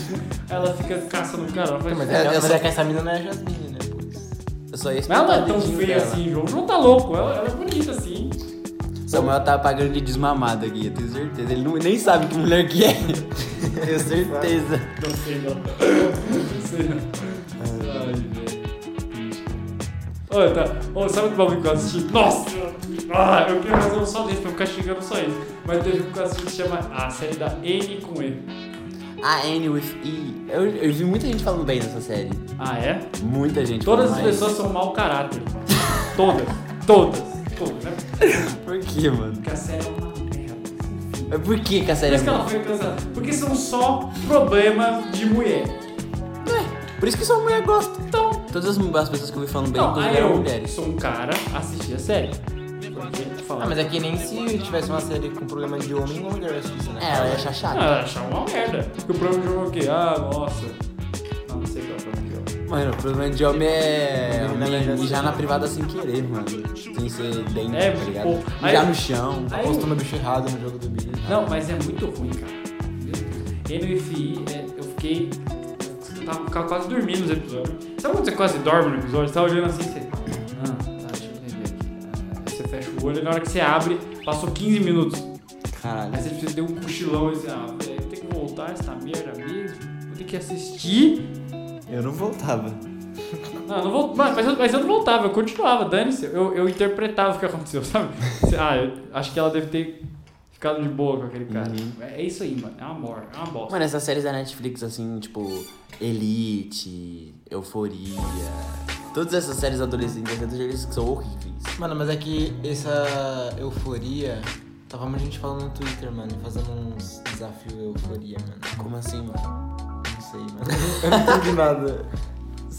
A: ela fica caçando o cara. Ela faz... assim.
C: mas
A: Mas
C: é,
B: Eu- eu
C: mas
B: só-
C: é que essa mina não é a Jasmine, né?
B: Eu só ia
A: ela não é
B: espetar o
A: tão
B: dedinho
A: feia
B: dela.
A: assim, João. João tá louco. Ela, ela é bonita assim.
B: Samuel tá pagando de desmamado aqui, eu tenho certeza. Ele não- nem sabe que mulher que é. tenho certeza.
A: Não sei não. Não sei não.
C: É.
A: Ai, velho. Ô, tá. Ô, sabe o bagulho que eu assisti? Nossa! Ah, eu queria fazer um só desse pra eu ficar xingando só isso. Mas teve um que eu assisti que chama a série da N com E.
B: A N with E. Eu, eu vi muita gente falando bem dessa série.
A: Ah, é?
B: Muita gente
A: Todas as
B: falando
A: pessoas são mau caráter. Todas. Todas. Todas, né?
B: bem. Por que, mano?
A: Porque a série é uma merda.
B: Mas Por que que a
A: Por
B: série é
A: isso que
B: boa?
A: ela foi cancelada. Porque são só problemas de mulher.
B: Ué, por isso que sua mulher gosta. Então, todas as, as pessoas que eu vi falando bem,
A: Não,
B: todas
A: aí
B: eram
A: eu
B: mulheres.
A: sou um cara, assisti a série. Porque falar.
C: Ah, mas é que nem se tivesse uma série com problema de homem, uma mulher assistisse, né?
B: É, ela ia achar
A: Ah,
B: chato.
A: ela achava uma merda. Porque o problema do jogo é o quê? Ah, nossa. Não, não sei qual é o problema do jogo.
B: Mano, o problema de homem é me mijar na privada sem querer, mano. Sem ser dentro,
A: É,
B: tá ligado?
A: pô, aí-
B: Mijar no chão.
A: Aí-
C: Postou meu bicho errado no jogo do Billy.
A: Não, mas é muito ruim, cara. NFI, é, eu fiquei. Eu tava, ficava quase dormindo nos episódios. Sabe quando você quase dorme no episódio? Você tá olhando assim, você. Ah, tá, deixa eu ver aqui. Ah, Aí você fecha o olho e na hora que você abre, passou 15 minutos.
B: Caralho.
A: Aí você precisa ter um cochilão e dizer, ah, velho, eu tenho que voltar essa merda mesmo. Vou ter que assistir.
B: Eu não voltava.
A: Não, eu não vou, mas, mas eu, mas eu não voltava, eu continuava, dane-se. Eu, eu interpretava o que aconteceu, sabe? Ah, eu acho que ela deve ter ficado de boa com aquele cara.
B: Uhum.
A: É, é isso aí, mano. É uma mor, é uma bosta.
B: Mano, essas séries da Netflix, assim, tipo, Elite, Euforia. Todas essas séries adolescentes, essas séries que são horríveis.
C: Mano, mas é que essa euforia. Tava muita gente falando no Twitter, mano, e fazendo uns desafios euforia, mano.
B: Como assim, mano?
C: Não sei, mano. Eu não entendi nada.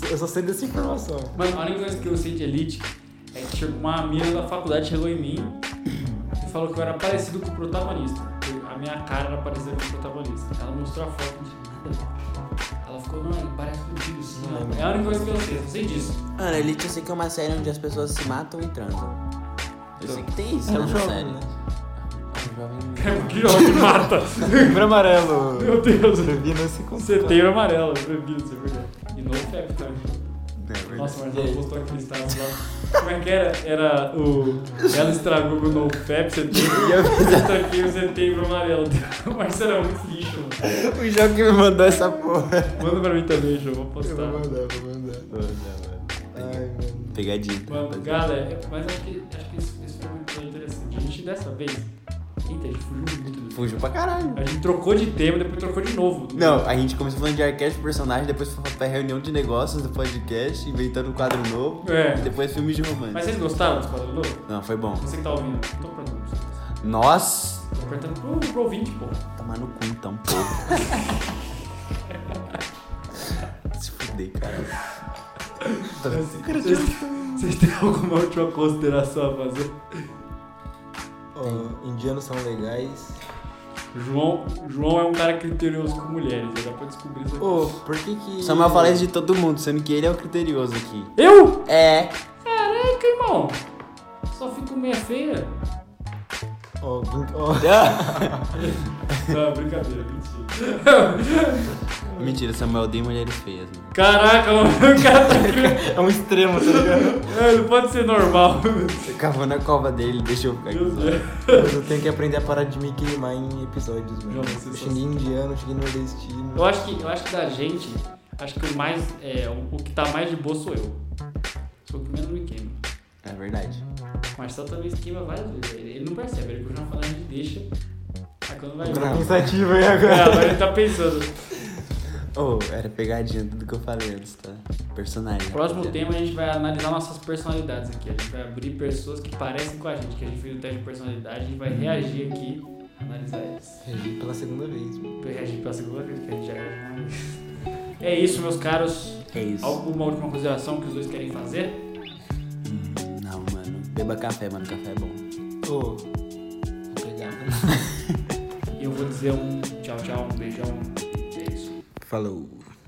C: Eu só sei dessa informação.
A: Mano, a única coisa que eu sei de Elite é que chegou uma mina da faculdade chegou em mim e falou que eu era parecido com o protagonista. que A minha cara era parecida com o protagonista. Ela mostrou a foto de Ela ficou, não, ele parece contigo sim. mano." É a única coisa que eu sei, eu sei disso.
B: Mano, Elite eu sei que é uma série onde as pessoas se matam e transam. Eu sei que tem isso
C: É
B: né,
C: um
B: na
C: jogo,
B: série.
C: né?
B: É um
A: Cara, que homem mata.
C: Livro amarelo.
A: Meu Deus.
C: Escrevi nesse
A: Você
C: conceito.
A: tem o amarelo, eu proibido, isso é verdade. E né? no cap também. Nossa, o
C: E
A: Marcelo
C: aí?
A: postou aquele status lá. Como é que era? Era o. Ela estragou com o NoFap, você tem. E eu fiz isso aqui, você tem pro amarelo. O Marcelo é muito lixo, mano.
C: O João que me mandou essa porra.
A: Manda pra mim também, João, vou postar.
C: vou mandar. Ai,
B: Ai,
C: mano.
B: Pegadinha.
A: Mano,
B: rapaziada.
A: galera, é, mas acho que, acho que isso, isso foi muito interessante. A gente dessa vez. Eita, a gente fugiu muito do.
B: Fugiu pra caralho.
A: A gente trocou de tema, depois trocou de novo.
B: Não, a gente começou falando de arquétipo de personagem, depois foi pra reunião de negócios do podcast, inventando um quadro novo,
A: É.
B: e depois filmes de romance.
A: Mas é- vocês gostaram dos quadros novo?
B: Não, foi bom.
A: Você que tá ouvindo, não tô perguntando pra vocês.
B: Nós.
A: Tô perguntando pro, pro ouvinte, pô.
B: Tomar no cu então, pô. Se fuder, cara.
A: Vocês, vocês têm alguma última consideração a fazer?
C: Ó, indianos são legais.
A: João, João é um cara criterioso com mulheres, já dá pra descobrir isso aqui.
C: Ô, por que que...
B: Samuel fala isso de todo mundo, sendo que ele é o criterioso aqui.
A: Eu?
B: É.
A: Caraca, irmão! Só fico meia feia.
C: Ó, vim- ó.
A: Não, brincadeira, mentira.
B: Mentira, Samuel odeia mulheres feias, né? mano.
A: Caraca, mano, o cara tá cri-
C: É um extremo, tá ligado?
A: É, Não pode ser normal.
B: Você cavou na cova dele, deixa eu ficar aqui.
A: Meu Deus.
C: Mas eu tenho que aprender a parar de me queimar em episódios, mano.
A: João, você
C: Eu
A: só-
C: xinguei indiano, xinguei nordestino.
A: Eu acho que, eu acho que da gente, acho que o mais. É, o, o que tá mais de boa sou eu. Sou o que menos me queima.
B: É verdade.
A: O Marcelo também se queima várias vezes. Ele, ele não percebe, ele continua falando, a gente deixa. Aí quando vai.
C: Tô
A: ver-
C: pensativo aí
A: É,
C: agora.
A: agora ele tá pensando.
B: Oh, era pegadinha tudo que eu falei antes, tá? Personagem. É
A: Próximo
B: rapaziada.
A: tema a gente vai analisar nossas personalidades aqui. A gente vai abrir pessoas que parecem com a gente, que a gente fez o teste de personalidade, a gente vai reagir aqui, analisar eles.
C: Regi pela segunda vez, mano.
A: Eu reagi pela segunda vez, porque a gente já reagiu uma vez. É isso, meus caros.
B: É isso.
A: Alguma última consideração que os dois querem fazer?
B: Hum, Não, mano. Beba café, mano. Café é bom.
C: Ô, vou pegar.
A: E eu vou dizer um tchau, tchau, um beijão. É isso.
B: Falou.